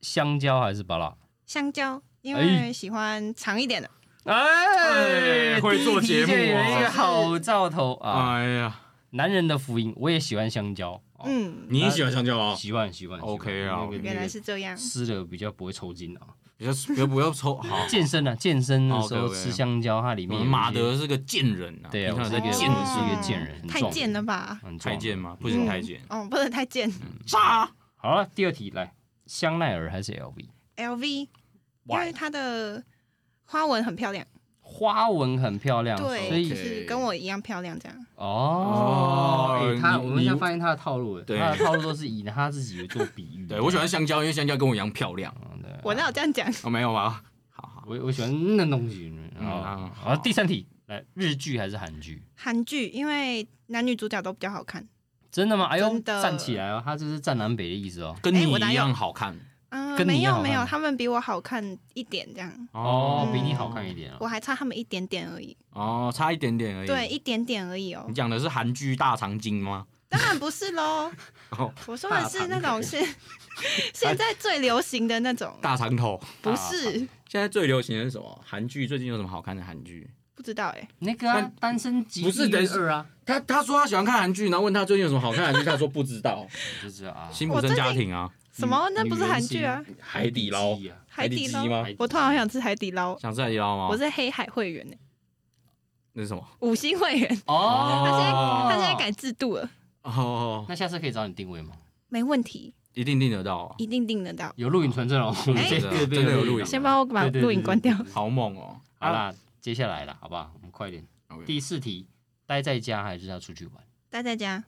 Speaker 2: 香蕉还是芭乐？
Speaker 3: 香蕉，因
Speaker 2: 哎
Speaker 3: 为喜欢长一点的。
Speaker 2: 哎，
Speaker 1: 哎会做节目哦
Speaker 2: 第一题就有一个好兆头啊！
Speaker 1: 哎呀，
Speaker 2: 男人的福音，我也喜欢香蕉，哦
Speaker 3: 嗯，
Speaker 1: 你也喜欢香蕉啊？
Speaker 2: 喜欢喜欢
Speaker 1: OK 啊
Speaker 2: 喜欢那个
Speaker 3: 原来
Speaker 2: 那
Speaker 3: 是这样
Speaker 2: 个。吃了比较不会抽筋啊。
Speaker 1: 不要不要不要 抽，好，
Speaker 2: 健身啊，健身的时候
Speaker 1: OK，OK
Speaker 2: 吃香蕉，它里
Speaker 1: 我
Speaker 2: 面
Speaker 1: 们
Speaker 2: 有
Speaker 1: 哦嗯马
Speaker 2: 一些
Speaker 1: 德是个贱人啊，
Speaker 2: 对啊
Speaker 1: 平常有
Speaker 2: 我
Speaker 1: 在
Speaker 2: 是个
Speaker 1: 贱
Speaker 2: 人
Speaker 1: 人
Speaker 2: 是一个贱人
Speaker 3: 哦
Speaker 2: 很
Speaker 3: 太
Speaker 2: 壮
Speaker 3: 贱了吧？
Speaker 2: 很壮
Speaker 1: 太贱吗？不嗯行，
Speaker 3: 嗯
Speaker 1: 太贱，
Speaker 3: 哦，不能太贱。
Speaker 2: 嗯
Speaker 1: 炸！
Speaker 2: 好了，第二题来，香奈儿还是 LV？
Speaker 3: LV，因
Speaker 2: 哇
Speaker 3: 为，它的花纹很漂亮，
Speaker 2: 花纹很漂亮，哦所
Speaker 3: 对，
Speaker 2: 以啊
Speaker 3: 就是跟我一样漂亮这样。
Speaker 2: 哦，
Speaker 1: 哦
Speaker 2: 哎他
Speaker 1: 你
Speaker 2: 我们现在发现他的套路了，
Speaker 1: 对
Speaker 2: 他的套路都是以他自己做比喻。
Speaker 1: 对我喜欢香蕉，因为香蕉跟我一样漂亮。
Speaker 2: 嗯，对
Speaker 3: 我哪有这样讲？
Speaker 1: 哦，没有吗？好好，
Speaker 2: 我我喜欢那东西。然后
Speaker 1: 嗯，
Speaker 2: 好，第三题，来，日剧还是韩剧？
Speaker 3: 韩剧，因为男女主角都比较好看。
Speaker 2: 真的吗？哎呦，
Speaker 3: 真的
Speaker 2: 站起来哦，他这是站南北的意思哦。
Speaker 1: 跟你
Speaker 3: 哎我哪
Speaker 1: 一
Speaker 3: 有
Speaker 1: 样好看
Speaker 3: 嗯、
Speaker 2: 跟你一
Speaker 3: 没
Speaker 2: 样啊
Speaker 3: 有
Speaker 2: 好看
Speaker 3: 没有，他们比我好看一点这样，
Speaker 2: 哦，比你好看
Speaker 1: 点
Speaker 2: 一点哦。
Speaker 3: 我还差他们一点点而已。
Speaker 1: 哦，差一点点而已。
Speaker 3: 对，，一点点而已哦
Speaker 1: 你。讲的是韩剧大长今吗？
Speaker 3: 当然不是 喽，
Speaker 1: 哦，
Speaker 3: 我说的是那种是现在最流行的那种，
Speaker 1: 大长头。
Speaker 3: 不是
Speaker 1: 现在最流行的是什么？韩剧最近有什么好看的韩剧？
Speaker 3: 不知道哎、
Speaker 2: 那个啊
Speaker 1: 但，
Speaker 2: 单身级
Speaker 1: 不是
Speaker 2: 地狱
Speaker 1: 等是
Speaker 2: 二啊，
Speaker 1: 他他说他喜欢看韩剧，然后问他最近有什么好看的韩剧，他说不知道。
Speaker 2: 就是 啊，
Speaker 1: 辛普森家庭啊，
Speaker 3: 什么？那不是韩剧啊？
Speaker 1: 海底捞，
Speaker 2: 鸡啊
Speaker 3: 海底
Speaker 1: 底
Speaker 3: 捞
Speaker 1: 鸡吗？
Speaker 3: 我突然好想吃海底捞，
Speaker 1: 想吃海底捞
Speaker 2: 哦
Speaker 1: 吗？
Speaker 3: 我是黑海会员、欸、
Speaker 1: 那是什么？
Speaker 3: 五星会员，
Speaker 2: 哦
Speaker 3: 他，现在、
Speaker 1: 哦
Speaker 3: 他现在改制度了，
Speaker 1: 哦，
Speaker 2: 那下次可以找你定位吗？
Speaker 3: 没问题，
Speaker 1: 一定订得到啊，
Speaker 3: 一定订得到。
Speaker 2: 有录影存证哦，我们这
Speaker 1: 真的
Speaker 2: 这边
Speaker 1: 真的有录影
Speaker 3: 先帮我把
Speaker 2: 啊对对对
Speaker 3: 录影关掉。
Speaker 1: 好猛哦！
Speaker 3: 啊
Speaker 2: 好啦，接下来了，好不好？我们快点。
Speaker 1: OK
Speaker 2: 第四题，待在家还是要出去玩？
Speaker 3: 待在家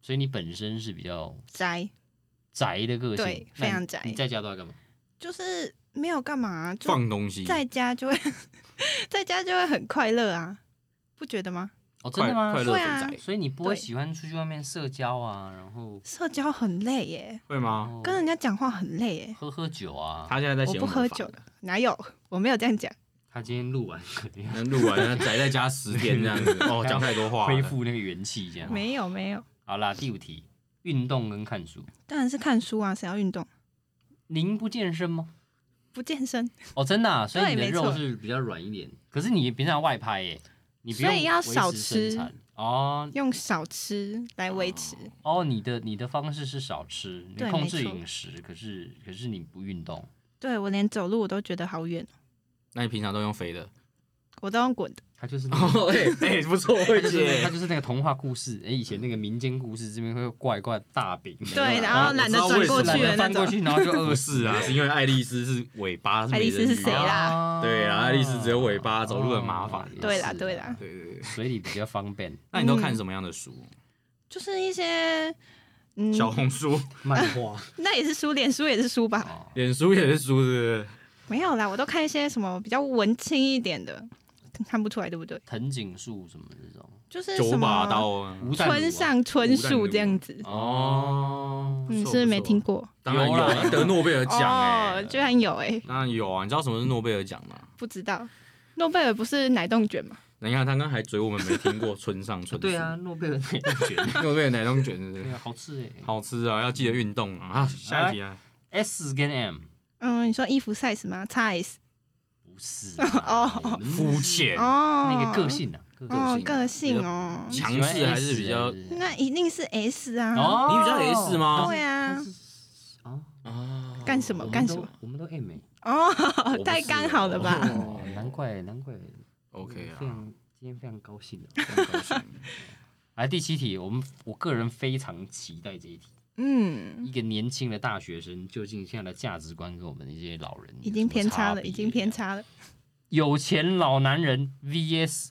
Speaker 2: 所以你本身是比较
Speaker 3: 宅，
Speaker 2: 宅的个性，
Speaker 3: 对
Speaker 2: 那你
Speaker 3: 非常宅
Speaker 2: 你在家都要干嘛？
Speaker 3: 就是没有干嘛、啊就
Speaker 1: 放东西，
Speaker 3: 在家就会 在家就会很快乐啊，不觉得吗？
Speaker 2: 哦，真
Speaker 1: 快
Speaker 2: 的吗
Speaker 1: 快？乐
Speaker 3: 对啊
Speaker 1: 肥宅
Speaker 2: 所以你不会
Speaker 3: 对
Speaker 2: 喜欢出去外面社交啊，然后
Speaker 3: 社交很累耶，
Speaker 1: 会吗？
Speaker 2: 哦
Speaker 3: 跟人家讲话很累耶。
Speaker 2: 喝喝酒啊，
Speaker 1: 他现在在
Speaker 3: 哦我
Speaker 1: 嫌
Speaker 3: 不
Speaker 1: 们
Speaker 3: 喝
Speaker 1: 烦
Speaker 3: 酒，哪有？我没有这样讲。
Speaker 2: 他今 天录完肯定要
Speaker 1: 那录完宅在家十天这 样子，哦，讲太多话
Speaker 2: 恢
Speaker 1: 了。
Speaker 2: 复那个元气，这样。
Speaker 3: 没有没有，
Speaker 2: 好啦，第五题，运动跟看书，
Speaker 3: 当然是看书啊，谁要运动？
Speaker 2: 您不健身吗？
Speaker 3: 不健身，
Speaker 2: 哦，真的、啊，所以你的
Speaker 3: 没错
Speaker 2: 肉是比较软一点，可是你平常外拍耶、你不用
Speaker 3: 所以要
Speaker 2: 维持
Speaker 3: 少
Speaker 2: 身
Speaker 3: 吃
Speaker 2: 材哦
Speaker 3: 用少吃来维持。
Speaker 2: 哦，你的你的方式是少吃，你
Speaker 3: 对
Speaker 2: 控
Speaker 3: 没
Speaker 2: 制
Speaker 3: 错
Speaker 2: 饮食，可是可是你不运动，
Speaker 3: 对我连走路我都觉得好远，哦
Speaker 1: 那你平常都用肥的？
Speaker 3: 我都用滚的。
Speaker 2: 他就是那个
Speaker 1: 哦，哎 哎，不错，
Speaker 2: 他
Speaker 1: 慧
Speaker 2: 就是
Speaker 1: 姐
Speaker 2: 他。就是那个童话故事，哎、以前那个民间故事这边会挂一挂大饼，
Speaker 3: 对，然后懒得
Speaker 1: 我知道为
Speaker 3: 转
Speaker 1: 什
Speaker 3: 过
Speaker 1: 么
Speaker 3: 去
Speaker 2: 懒得
Speaker 3: 的那
Speaker 2: 翻过
Speaker 3: 种。
Speaker 2: 去，然后就饿
Speaker 1: 不
Speaker 2: 死。
Speaker 1: 是啊，是因为爱丽丝是尾巴，是
Speaker 3: 爱
Speaker 1: 美
Speaker 3: 丽丝
Speaker 1: 人鱼
Speaker 3: 是谁
Speaker 1: 啊
Speaker 3: 啦
Speaker 1: 对啊爱丽丝只有尾巴走路很麻烦
Speaker 3: 对啦对啦，
Speaker 1: 对对对。
Speaker 2: 水里比较方便，
Speaker 1: 那你都看什么样的书？
Speaker 3: 就是一些，嗯，
Speaker 1: 小红书、
Speaker 2: 漫画
Speaker 3: 那也是书，脸书也是书吧？
Speaker 2: 哦，
Speaker 1: 脸书也是书，是
Speaker 3: 没有啦，我都看一些什么比较文青一点的，看不出来对不对？
Speaker 2: 藤井树什么这种，
Speaker 3: 就是
Speaker 1: 不是？
Speaker 3: 什
Speaker 1: 九把
Speaker 3: 么
Speaker 1: 刀啊。
Speaker 2: 无战
Speaker 3: 村上春树这样子，
Speaker 2: 哦，
Speaker 1: 不
Speaker 3: 你
Speaker 1: 错
Speaker 3: 是
Speaker 1: 不
Speaker 3: 没
Speaker 1: 错
Speaker 3: 听过？
Speaker 1: 当然有
Speaker 2: 有啦
Speaker 1: 啊，得诺贝尔奖哎
Speaker 3: 哦，，居然有哎、
Speaker 1: 当然有啊。你知道什么是诺贝尔奖吗？
Speaker 3: 不知道。诺贝尔不是奶冻卷吗？
Speaker 1: 你看他刚还嘴我们没听过村上 春树，
Speaker 2: 对啊，，诺贝尔奖觉得
Speaker 1: 诺贝尔奶冻卷是不
Speaker 2: 对
Speaker 1: 是
Speaker 2: 啊，好吃哎。
Speaker 1: 好吃啊，要记得运动啊。啊 下一题啊，
Speaker 2: S 跟 M
Speaker 3: 嗯，你说衣服 size 吗？size
Speaker 2: 不是
Speaker 3: 哦
Speaker 2: 哎
Speaker 1: 肤，浅，
Speaker 3: 哦，
Speaker 2: 那个个性啊，个性
Speaker 3: 哦，
Speaker 1: 个性
Speaker 3: 个性哦，
Speaker 1: 强势还是比较
Speaker 2: 你喜欢 S
Speaker 3: 那一定是 S 啊。
Speaker 2: 哦，
Speaker 1: 你比较 S 吗
Speaker 3: 对啊
Speaker 2: 他是啊，
Speaker 1: 啊？
Speaker 3: 干什么干什么？
Speaker 2: 哦我们都我们都 M 哎
Speaker 3: 哦
Speaker 1: 我不是，
Speaker 3: 太刚好了吧？
Speaker 2: 哦，难怪难怪
Speaker 1: ？OK
Speaker 2: 非
Speaker 1: 啊，
Speaker 2: 常今天非常高兴啊。
Speaker 1: 非常高兴
Speaker 2: 来第七题，我们我个人非常期待这一题。
Speaker 3: 嗯，
Speaker 2: 一个年轻的大学生，究竟现在的价值观跟我们这些老人
Speaker 3: 已经偏差
Speaker 2: 差
Speaker 3: 了，
Speaker 2: 别
Speaker 3: 已经偏。
Speaker 1: 啊
Speaker 3: 差了。
Speaker 2: 有钱老男人 VS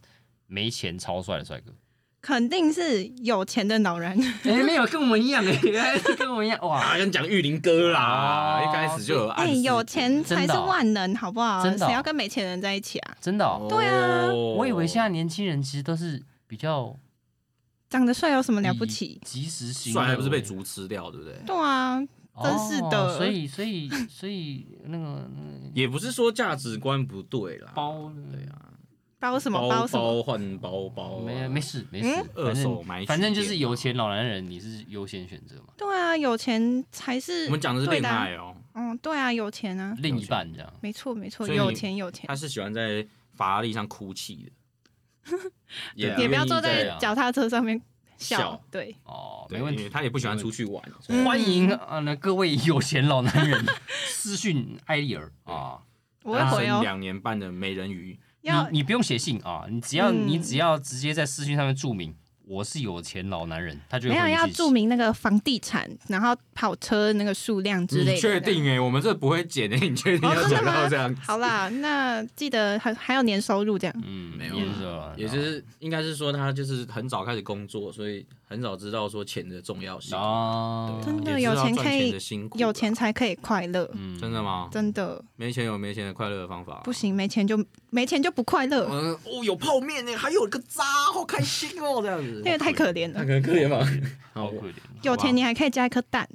Speaker 2: 没钱超帅的帅哥，
Speaker 3: 肯定是有钱的 老人，
Speaker 2: 哎、没有跟我们一样哎、 跟我们一样哇！
Speaker 1: 啊，跟你讲玉林哥啦，
Speaker 2: 哦
Speaker 1: 一开始就有暗
Speaker 3: 哎、
Speaker 1: 示
Speaker 3: 有钱才
Speaker 2: 真
Speaker 3: 是
Speaker 2: 的哦
Speaker 3: 万能，好不好？
Speaker 2: 真的哦
Speaker 3: 谁要跟没钱人在一起啊？
Speaker 2: 真的、哦，
Speaker 1: 对啊，
Speaker 2: 我以为现在年轻人其实都是比较
Speaker 3: 长得帅有什么
Speaker 2: 以
Speaker 3: 了不
Speaker 1: 嗯
Speaker 3: 起？
Speaker 2: 及时行乐
Speaker 1: 帅
Speaker 2: 为，
Speaker 1: 还不是被竹吃掉，对不对？
Speaker 3: 对啊，
Speaker 2: 哦，
Speaker 3: 真是的
Speaker 2: 所以所以所以那个那个
Speaker 1: 也不是说价值观不对啦，
Speaker 2: 包
Speaker 1: 对啊，
Speaker 3: 包什么
Speaker 1: 包
Speaker 3: 什么，
Speaker 1: 包换包包啊，
Speaker 2: 没没事没事，
Speaker 1: 二
Speaker 3: 嗯
Speaker 2: 反
Speaker 1: 手
Speaker 2: 正
Speaker 1: 买取
Speaker 2: 反正就
Speaker 1: 店
Speaker 2: 是
Speaker 1: 啊
Speaker 2: 有钱老男人，你是优先选择嘛，
Speaker 3: 对啊，有钱才是
Speaker 1: 我们讲的是
Speaker 3: 对
Speaker 1: 恋
Speaker 3: 啊
Speaker 1: 爱哦，
Speaker 3: 嗯，对啊，有钱啊，
Speaker 2: 另一半这样。
Speaker 3: 没错没错，
Speaker 1: 所以
Speaker 3: 有
Speaker 1: 你
Speaker 3: 钱有钱
Speaker 1: 他，是喜欢在法拉利上哭泣 的，
Speaker 2: 对啊
Speaker 3: 也不要
Speaker 1: 哎愿意
Speaker 3: 坐
Speaker 2: 在
Speaker 3: 在脚踏车上面笑
Speaker 1: 笑，
Speaker 3: 对，
Speaker 2: 哦，
Speaker 1: 对
Speaker 2: 没问
Speaker 1: 因
Speaker 2: 题
Speaker 1: 为，他也不喜欢出去玩，所以
Speaker 3: 嗯
Speaker 2: 欢迎啊，那各位有钱老男 人私讯艾丽尔啊，
Speaker 3: 我会
Speaker 1: 单
Speaker 3: 回
Speaker 1: 身
Speaker 3: 哦，
Speaker 1: 两年半的美人鱼，
Speaker 2: 你
Speaker 3: 要
Speaker 2: 你不用写信啊，你只要
Speaker 3: 嗯
Speaker 2: 你只要直接在私讯上面注明我是有钱老男人，他就会
Speaker 3: 没有
Speaker 2: 回你
Speaker 3: 要
Speaker 2: 讯息
Speaker 3: 注明那个房地产，然后跑车那个数量之类的，
Speaker 1: 你确定哎、我们这不会剪哎、你确定
Speaker 3: 哦
Speaker 1: 要
Speaker 3: 真的
Speaker 1: 讲到
Speaker 3: 吗
Speaker 1: 这样？
Speaker 3: 好啦，那记得还还有年收入这样。
Speaker 2: 嗯，
Speaker 1: 没有
Speaker 2: 也
Speaker 1: 啊
Speaker 2: 是吧
Speaker 1: 也就是应该是说他就是很早开始工作，所以很早知道说钱的重要性。
Speaker 2: 哦
Speaker 1: 对，啊
Speaker 3: 真的
Speaker 1: 也知道
Speaker 3: 有钱
Speaker 1: 赚
Speaker 3: 可以
Speaker 1: 的辛苦啊，
Speaker 3: 有钱才可以快乐，
Speaker 2: 嗯
Speaker 1: 真的？吗？
Speaker 3: 真的
Speaker 1: 没钱有没钱的快乐的方法啊，
Speaker 3: 不行，没钱就没钱就不快乐，
Speaker 1: 嗯，哦，有泡面呢，还有个渣，好开心哦，这样子。
Speaker 3: 那个太可怜
Speaker 1: 那
Speaker 3: 了。
Speaker 1: 可能可怜吧。
Speaker 2: 好
Speaker 1: 好，
Speaker 2: 可怜，啊
Speaker 3: 有
Speaker 1: 好吧
Speaker 3: 钱你还可以加一颗蛋，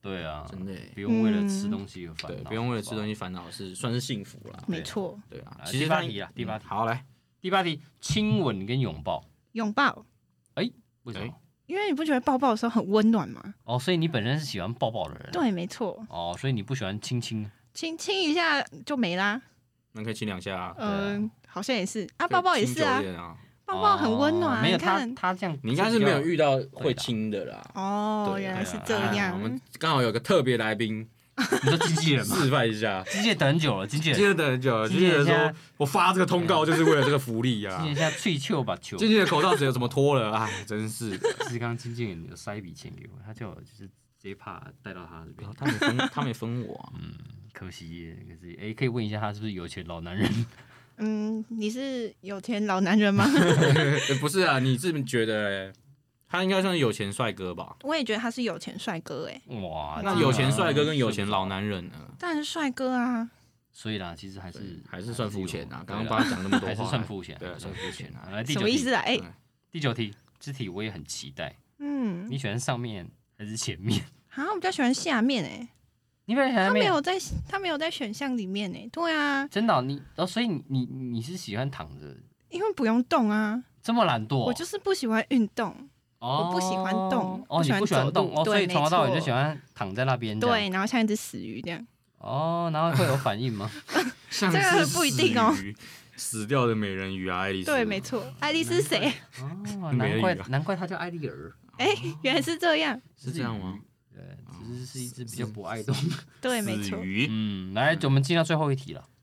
Speaker 2: 对 啊，
Speaker 1: 真的耶，欸
Speaker 2: 不用为了吃东西有烦
Speaker 1: 对，
Speaker 2: 恼，
Speaker 1: 不用为了吃东
Speaker 2: 西。
Speaker 1: 西烦恼，是算是幸福啦。
Speaker 3: 没错，
Speaker 1: 对啊
Speaker 2: 来，
Speaker 1: 其实
Speaker 2: 第八
Speaker 1: 他嗯
Speaker 2: 题啦第八题
Speaker 1: 好来，
Speaker 2: 第八题，亲吻跟拥抱，
Speaker 3: 拥抱，
Speaker 2: 为
Speaker 1: 哎
Speaker 2: 什么？
Speaker 3: 因为你不觉得抱抱的时候很温暖吗？
Speaker 2: 哦，所以你本身是喜欢抱抱的人，，
Speaker 3: 对，没错，
Speaker 2: 哦，所以你不喜欢亲亲，
Speaker 3: 亲亲一下就没啦。
Speaker 1: 那可以亲两下啊。
Speaker 3: 嗯、好像也是啊，
Speaker 1: 啊
Speaker 3: 抱抱也是啊，抱抱很温
Speaker 2: 哦
Speaker 3: 暖、啊，
Speaker 2: 没有
Speaker 3: 你
Speaker 2: 他
Speaker 3: 看，
Speaker 2: 他这样，
Speaker 1: 你应该是没有遇到
Speaker 2: 对
Speaker 1: 会
Speaker 2: 啦
Speaker 1: 亲的啦。
Speaker 3: 哦，
Speaker 1: 对
Speaker 3: 原来是
Speaker 2: 对
Speaker 3: 这
Speaker 2: 啊
Speaker 1: 哎
Speaker 3: 样。
Speaker 1: 我们刚好有个特别来宾，
Speaker 2: 你说经纪 人吗？
Speaker 1: 示范一下。
Speaker 2: 经纪人等很久了，经纪人，
Speaker 1: 今天等很久了，
Speaker 2: 今
Speaker 1: 今
Speaker 2: 天
Speaker 1: 天
Speaker 2: 现
Speaker 1: 说
Speaker 3: 啊
Speaker 2: 在
Speaker 1: 我发这个通告就是为了这个福利
Speaker 2: 经
Speaker 1: 啊
Speaker 2: 纪。人现在翠秋把球，
Speaker 1: 今天的口罩只有怎么脱了，哎，真是 的。
Speaker 2: 其实刚刚经纪人有塞一笔钱给我，他叫我就是直接怕带到他这边，
Speaker 1: 他没分，他没分我 啊。
Speaker 2: 可惜耶，可惜，哎，可以问一下他是不是有钱老 男人？
Speaker 3: 嗯，你是有钱老男人吗？
Speaker 1: 欸不是啊，你自己觉得欸？他应该算是有钱帅哥吧？
Speaker 3: 我也觉得他是有钱帅哥哎、
Speaker 2: 哇，
Speaker 1: 那
Speaker 2: 这个
Speaker 1: 有钱帅哥跟有钱老，男人呢？
Speaker 3: 当然是帅哥啊。
Speaker 2: 所以啦，其实还是
Speaker 1: 还是算肤浅啊！刚刚
Speaker 2: 爸
Speaker 1: 帮他讲那么多
Speaker 2: 还是
Speaker 1: 话，
Speaker 2: 算肤浅，
Speaker 1: 对，算肤浅
Speaker 2: 啊。
Speaker 1: 啊。
Speaker 2: 来第
Speaker 3: 什
Speaker 2: 九
Speaker 3: 么意
Speaker 2: 题
Speaker 3: 思，啊？哎、
Speaker 1: 对
Speaker 2: 第九题，这题我也很期待，
Speaker 3: 嗯
Speaker 2: 你，喜欢上面还是前面？
Speaker 3: 好、像我比较喜欢下面哎、
Speaker 2: 你本来想
Speaker 3: 他
Speaker 2: 象
Speaker 3: 没
Speaker 2: 没
Speaker 3: 有在他没有在选项里面呢。对啊，
Speaker 2: 真的哦、你哦，所以你你你是喜欢躺着，
Speaker 3: 因为不用动啊，
Speaker 2: 这么懒惰哦？
Speaker 3: 我就是不喜欢运动，
Speaker 2: 哦
Speaker 3: 我不喜欢动
Speaker 2: 哦，
Speaker 3: 不
Speaker 2: 你
Speaker 3: 喜欢
Speaker 2: 不喜欢
Speaker 3: 走
Speaker 2: 动
Speaker 3: 路
Speaker 2: 哦，所以
Speaker 3: 对没
Speaker 2: 从头到尾就
Speaker 3: 错
Speaker 2: 喜欢躺在那嗯边这样
Speaker 3: 对，然后像一只死鱼这样。
Speaker 2: 哦，然后会有反应 吗？
Speaker 1: 像
Speaker 3: 这个
Speaker 1: 是
Speaker 3: 不一定哦
Speaker 1: 死鱼，死掉的美人鱼啊，爱丽丝。
Speaker 3: 对，没错。爱丽丝谁？
Speaker 2: 哦，
Speaker 1: 美
Speaker 2: 难
Speaker 1: 人
Speaker 2: 怪
Speaker 1: 鱼啊
Speaker 2: 难怪它叫艾丽尔，
Speaker 3: 哎、原来是这样。
Speaker 1: 是这样吗？
Speaker 2: 对，只是是一只比较不爱动。
Speaker 3: 对，没
Speaker 1: 死
Speaker 3: 错。
Speaker 1: 鱼，
Speaker 2: 嗯，来，我们进到最后一题了。嗯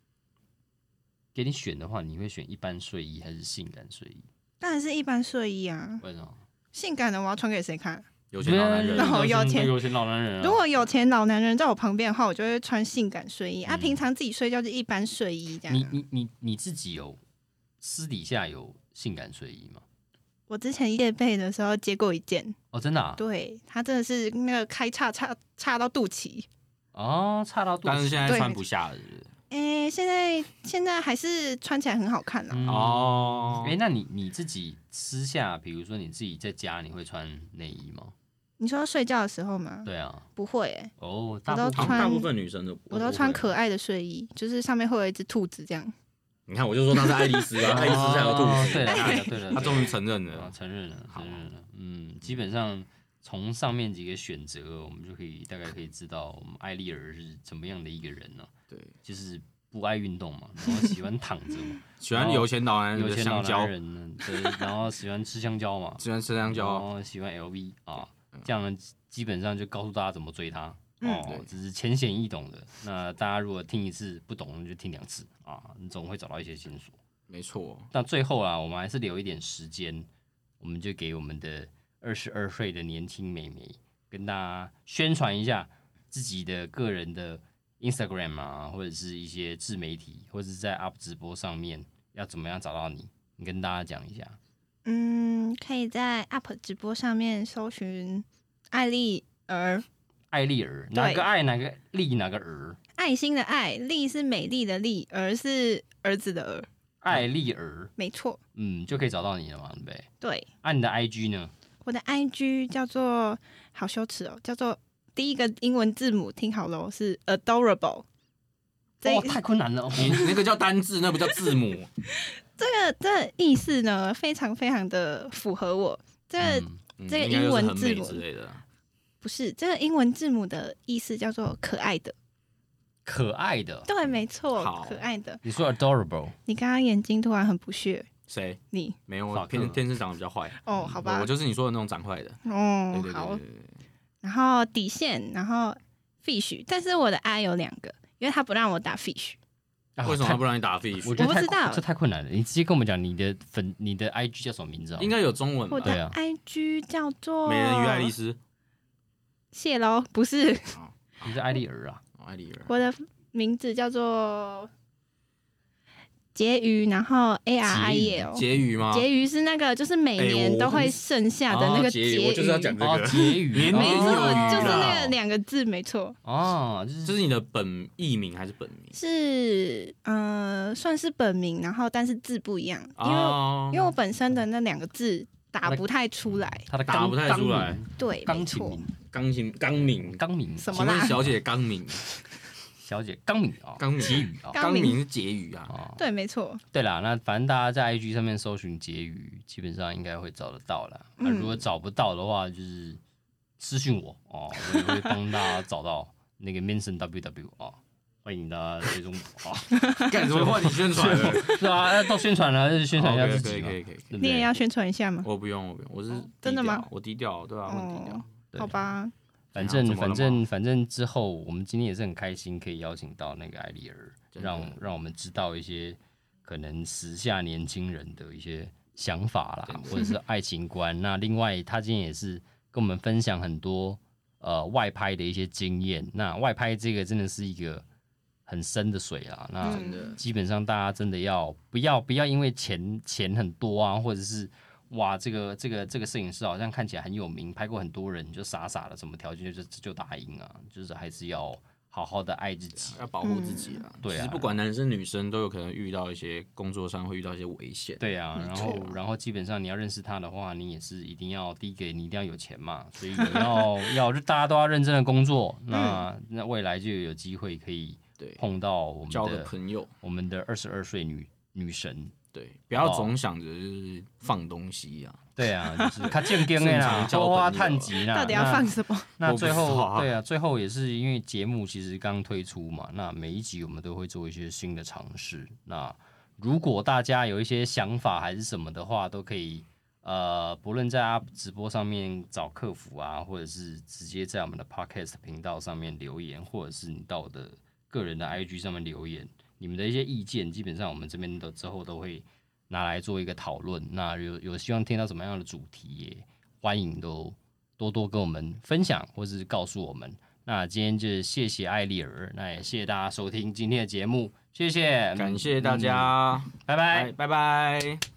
Speaker 2: 给你选的话，你会选一般睡衣还是性感睡衣？
Speaker 3: 当然是一般睡衣啊。
Speaker 2: 为什么？
Speaker 3: 性感的我要穿给谁看？
Speaker 1: 有钱老男
Speaker 3: 然
Speaker 1: 人
Speaker 3: 后。有钱
Speaker 2: 有钱老男人啊。
Speaker 3: 如果有钱老男人在我旁边的话，我就会穿性感睡衣。啊，
Speaker 2: 嗯
Speaker 3: 平常自己睡觉就一般睡衣这
Speaker 2: 你
Speaker 3: 样。啊
Speaker 2: 你你你自己有私底下有性感睡衣吗？
Speaker 3: 我之前夜背的时候接过一件，
Speaker 2: 哦，真的啊。
Speaker 3: 对他真的是那个开叉叉叉到肚脐。
Speaker 2: 哦，差到肚
Speaker 1: 但是
Speaker 2: 脐。
Speaker 1: 现在
Speaker 3: 对
Speaker 1: 穿不下了，是不是
Speaker 3: 哎、现在现在还是穿起来很好看啊。
Speaker 2: 嗯
Speaker 1: 哦
Speaker 2: 哎、那你你自己私下，比如说你自己在家，你会穿内衣吗？
Speaker 3: 你说睡觉的时候吗？
Speaker 2: 对啊，
Speaker 3: 不会、欸，
Speaker 2: 哦，大
Speaker 3: 都
Speaker 2: 部
Speaker 1: 好像
Speaker 2: 分
Speaker 3: 穿
Speaker 1: 大部分女生都
Speaker 3: 我都穿可
Speaker 1: 爱。
Speaker 3: 爱的睡衣，就是上面会有一只兔子这样。
Speaker 1: 你看，我就说她是爱丽丝 啊，爱丽丝才有肚
Speaker 2: 哦
Speaker 1: 子。
Speaker 2: 对了，对了，对了，
Speaker 1: 她终于
Speaker 2: 对
Speaker 1: 承认
Speaker 2: 了啊
Speaker 1: 了。
Speaker 2: 承认了，
Speaker 1: 好
Speaker 2: 承认了。嗯，基本上从上面几个选择，我们就可以大概可以知道我们艾丽儿是怎么样的一个人呢、
Speaker 1: 对，
Speaker 2: 就是不爱运动嘛，然后喜欢躺着 嘛，
Speaker 1: 喜欢有钱老男人
Speaker 2: 有
Speaker 1: 的
Speaker 2: 钱老
Speaker 1: 香蕉
Speaker 2: 男，人呢，对，然后喜欢吃香蕉嘛，
Speaker 1: 喜欢吃香
Speaker 2: 然
Speaker 1: 蕉。嗯
Speaker 2: 后喜欢 LV 啊，这样呢基本上就告诉大家怎么追他。
Speaker 3: 嗯
Speaker 2: 哦
Speaker 1: 对，
Speaker 2: 只是浅显易懂的。那大家如果听一次不懂，那就听两次啊，你总会找到一些线索。
Speaker 1: 没错，
Speaker 2: 那最后啊，我们还是留一点时间，我们就给我们的二十二岁的年轻美眉跟大家宣传一下自己的个人的 Instagram 啊，或者是一些自媒体，或者是在 UP 直播上面要怎么样找到你，你跟大家讲一下。
Speaker 3: 嗯，可以在 UP 直播上面搜寻艾丽儿，
Speaker 2: 艾丽儿，
Speaker 3: 对
Speaker 2: 哪个爱哪个丽哪个儿，
Speaker 3: 爱心的爱，丽是美丽的丽，儿是儿子的儿，嗯
Speaker 2: 艾丽儿，
Speaker 3: 没错。
Speaker 2: 嗯，就可以找到你了嘛，对不对？
Speaker 3: 对，
Speaker 2: 按、你的 IG 呢？
Speaker 3: 我的 IG 叫做好羞耻哦，叫做第一个英文字母，听好喽，是 adorable。这
Speaker 2: 哇，太困难了，哦
Speaker 1: 你那个叫单字，那不叫字母。
Speaker 3: 这个这个意思呢，非常非常的符合我。 这个、
Speaker 2: 嗯
Speaker 1: 嗯
Speaker 3: 这个
Speaker 1: 应该就是
Speaker 3: 英文
Speaker 1: 很美
Speaker 3: 字母
Speaker 1: 之类的。
Speaker 3: 不是这个英文字母的意思叫做可爱的，
Speaker 2: 可爱的，
Speaker 3: 对，没错
Speaker 1: 好，
Speaker 3: 可爱的。
Speaker 2: 你说 adorable，
Speaker 3: 你刚刚眼睛突然很不屑，
Speaker 1: 谁？
Speaker 3: 你
Speaker 1: 没有，
Speaker 2: 法
Speaker 1: 我
Speaker 2: 克
Speaker 1: 天天生长得比较坏。
Speaker 3: 哦，好吧
Speaker 1: 嗯我，就是你说的那种长坏的。
Speaker 3: 哦，
Speaker 1: 对对对
Speaker 3: 好
Speaker 1: 对。对对
Speaker 3: 然后底线，然后 fish，但是我的 i 有两个，因为他不让我打 fish。
Speaker 2: 啊
Speaker 1: 为什么
Speaker 2: 太
Speaker 1: 他不让你打 fish？
Speaker 2: 我觉得
Speaker 3: 我不
Speaker 2: 太
Speaker 3: 知道
Speaker 2: 这太困难了。你直接跟我们讲你的粉，你的 IG 叫什么名字啊？
Speaker 1: 应该有中文吧
Speaker 3: 我？
Speaker 2: 对
Speaker 3: 的
Speaker 2: 啊
Speaker 3: IG 叫做
Speaker 1: 美人鱼爱丽丝，
Speaker 3: 谢喽，不是
Speaker 1: 哦
Speaker 2: 你是艾丽儿啊。
Speaker 1: 哦爱丽儿。
Speaker 3: 我的名字叫做婕妤，然后 A R I E L。
Speaker 1: 婕妤吗？
Speaker 3: 婕妤是那个，就是每年都会剩下的那
Speaker 1: 哎我
Speaker 3: 个嗯
Speaker 1: 婕妤我就是要讲
Speaker 3: 妤，
Speaker 1: 这个
Speaker 2: 哦，婕妤，
Speaker 1: 年
Speaker 3: 没
Speaker 1: 年
Speaker 3: 错
Speaker 1: 有余，啦
Speaker 3: 就是那个两个字，没错，
Speaker 2: 哦，就是
Speaker 1: 这是你的本艺名还是本名？
Speaker 3: 是呃，算是本名，然后但是字不一样，因为、
Speaker 1: 哦
Speaker 3: 因为我本身的那两个字打不太出来，
Speaker 2: 他的
Speaker 1: 打
Speaker 2: 钢
Speaker 1: 不太
Speaker 2: 钢
Speaker 1: 出来
Speaker 2: 名
Speaker 3: 对，没
Speaker 2: 钢琴
Speaker 3: 错，
Speaker 2: 名，
Speaker 1: 钢琴钢名，
Speaker 2: 钢名，
Speaker 3: 什么
Speaker 1: 请
Speaker 3: 啦
Speaker 1: 问小姐钢名，
Speaker 2: 小姐，钢名啊，
Speaker 1: 钢名
Speaker 2: 婕妤啊。
Speaker 3: 钢
Speaker 1: 哦钢
Speaker 3: 名
Speaker 1: 名是婕妤啊。
Speaker 2: 哦，
Speaker 3: 对，没错，
Speaker 2: 对啦，那反正大家在 IG 上面搜寻婕妤，基本上应该会找得到啦。那、
Speaker 3: 嗯
Speaker 2: 如果找不到的话，就是私信我哦，我也会帮大家找到那个 Manson WW 哦，欢迎大家追踪我哦。
Speaker 1: 干什么话你宣传了？哦
Speaker 2: 是啊，那都宣传了，就是 宣传一下自己
Speaker 1: 可以
Speaker 2: 嘛。
Speaker 1: 可以可以。
Speaker 2: 对不
Speaker 3: 你
Speaker 2: 对
Speaker 3: 也要宣传一下吗？
Speaker 1: 我不用，我不用，我是
Speaker 3: 哦
Speaker 1: 低
Speaker 3: 真的吗
Speaker 1: 调？我低调，对啊，我很低调
Speaker 3: 哦。，好，吧，
Speaker 2: 反
Speaker 1: 啊怎
Speaker 2: 正
Speaker 1: 么了
Speaker 2: 反
Speaker 1: 嘛
Speaker 2: 正反正之后，我们今天也是很开心，可以邀请到那个艾丽儿，
Speaker 1: 真的
Speaker 2: 让让我们知道一些可能时下年轻人的一些想法啦
Speaker 1: 真，的
Speaker 2: 或者是爱情观。那另外，他今天也是跟我们分享很多呃外拍的一些经验。那外拍这个真的是一个很深的水啦，那
Speaker 3: 嗯
Speaker 1: 真的，
Speaker 2: 基本上大家真的要不要不要因为钱钱很多啊，或者是哇这个这个这个摄影师好像看起来很有名，拍过很多人，你就傻傻的什么条件就就就答应啊，就是还是要好好的爱自己。
Speaker 1: 要保护自
Speaker 3: 嗯
Speaker 1: 己啊。
Speaker 2: 对啊
Speaker 1: 其实不管男生女生都有可能遇到一些工作上会遇到一些危险。
Speaker 2: 对啊，
Speaker 3: 没
Speaker 2: 然
Speaker 3: 错
Speaker 2: 后然后基本上你要认识他的话，你也是一定要第一个你一定要有钱嘛，所以你要要就大家都要认真的工作，
Speaker 1: 嗯
Speaker 2: 那那未来就有机会可以
Speaker 1: 对，
Speaker 2: 碰到我们
Speaker 1: 交个
Speaker 2: 的
Speaker 1: 朋友，
Speaker 2: 我们的二十二岁女女神。
Speaker 1: 对，不要
Speaker 2: 哦
Speaker 1: 总想着就是放东西啊。
Speaker 2: 对啊， 就是他健更的
Speaker 1: 正常
Speaker 2: 啦，
Speaker 1: 交朋
Speaker 2: 多
Speaker 1: 友啊
Speaker 2: 花探集啦。
Speaker 3: 到底要
Speaker 2: 那
Speaker 3: 放什么？
Speaker 2: 那
Speaker 1: 我
Speaker 2: 最
Speaker 1: 不知道
Speaker 2: 后
Speaker 1: 啊
Speaker 2: 对啊，最后也是因为节目其实刚推出嘛，那每一集我们都会做一些新的尝试。那如果大家有一些想法还是什么的话，都可以呃，不论在啊直播上面找客服啊，或者是直接在我们的 podcast 频道上面留言，或者是你到我的个人的 IG 上面留言，你们的一些意见，基本上我们这边的之后都会拿来做一个讨论。那有有希望听到什么样的主题也欢迎都多多跟我们分享，或是告诉我们。那今天就谢谢艾丽尔，那也谢谢大家收听今天的节目，谢谢，
Speaker 1: 感谢大家，
Speaker 2: 嗯嗯，拜拜
Speaker 1: 拜。拜拜。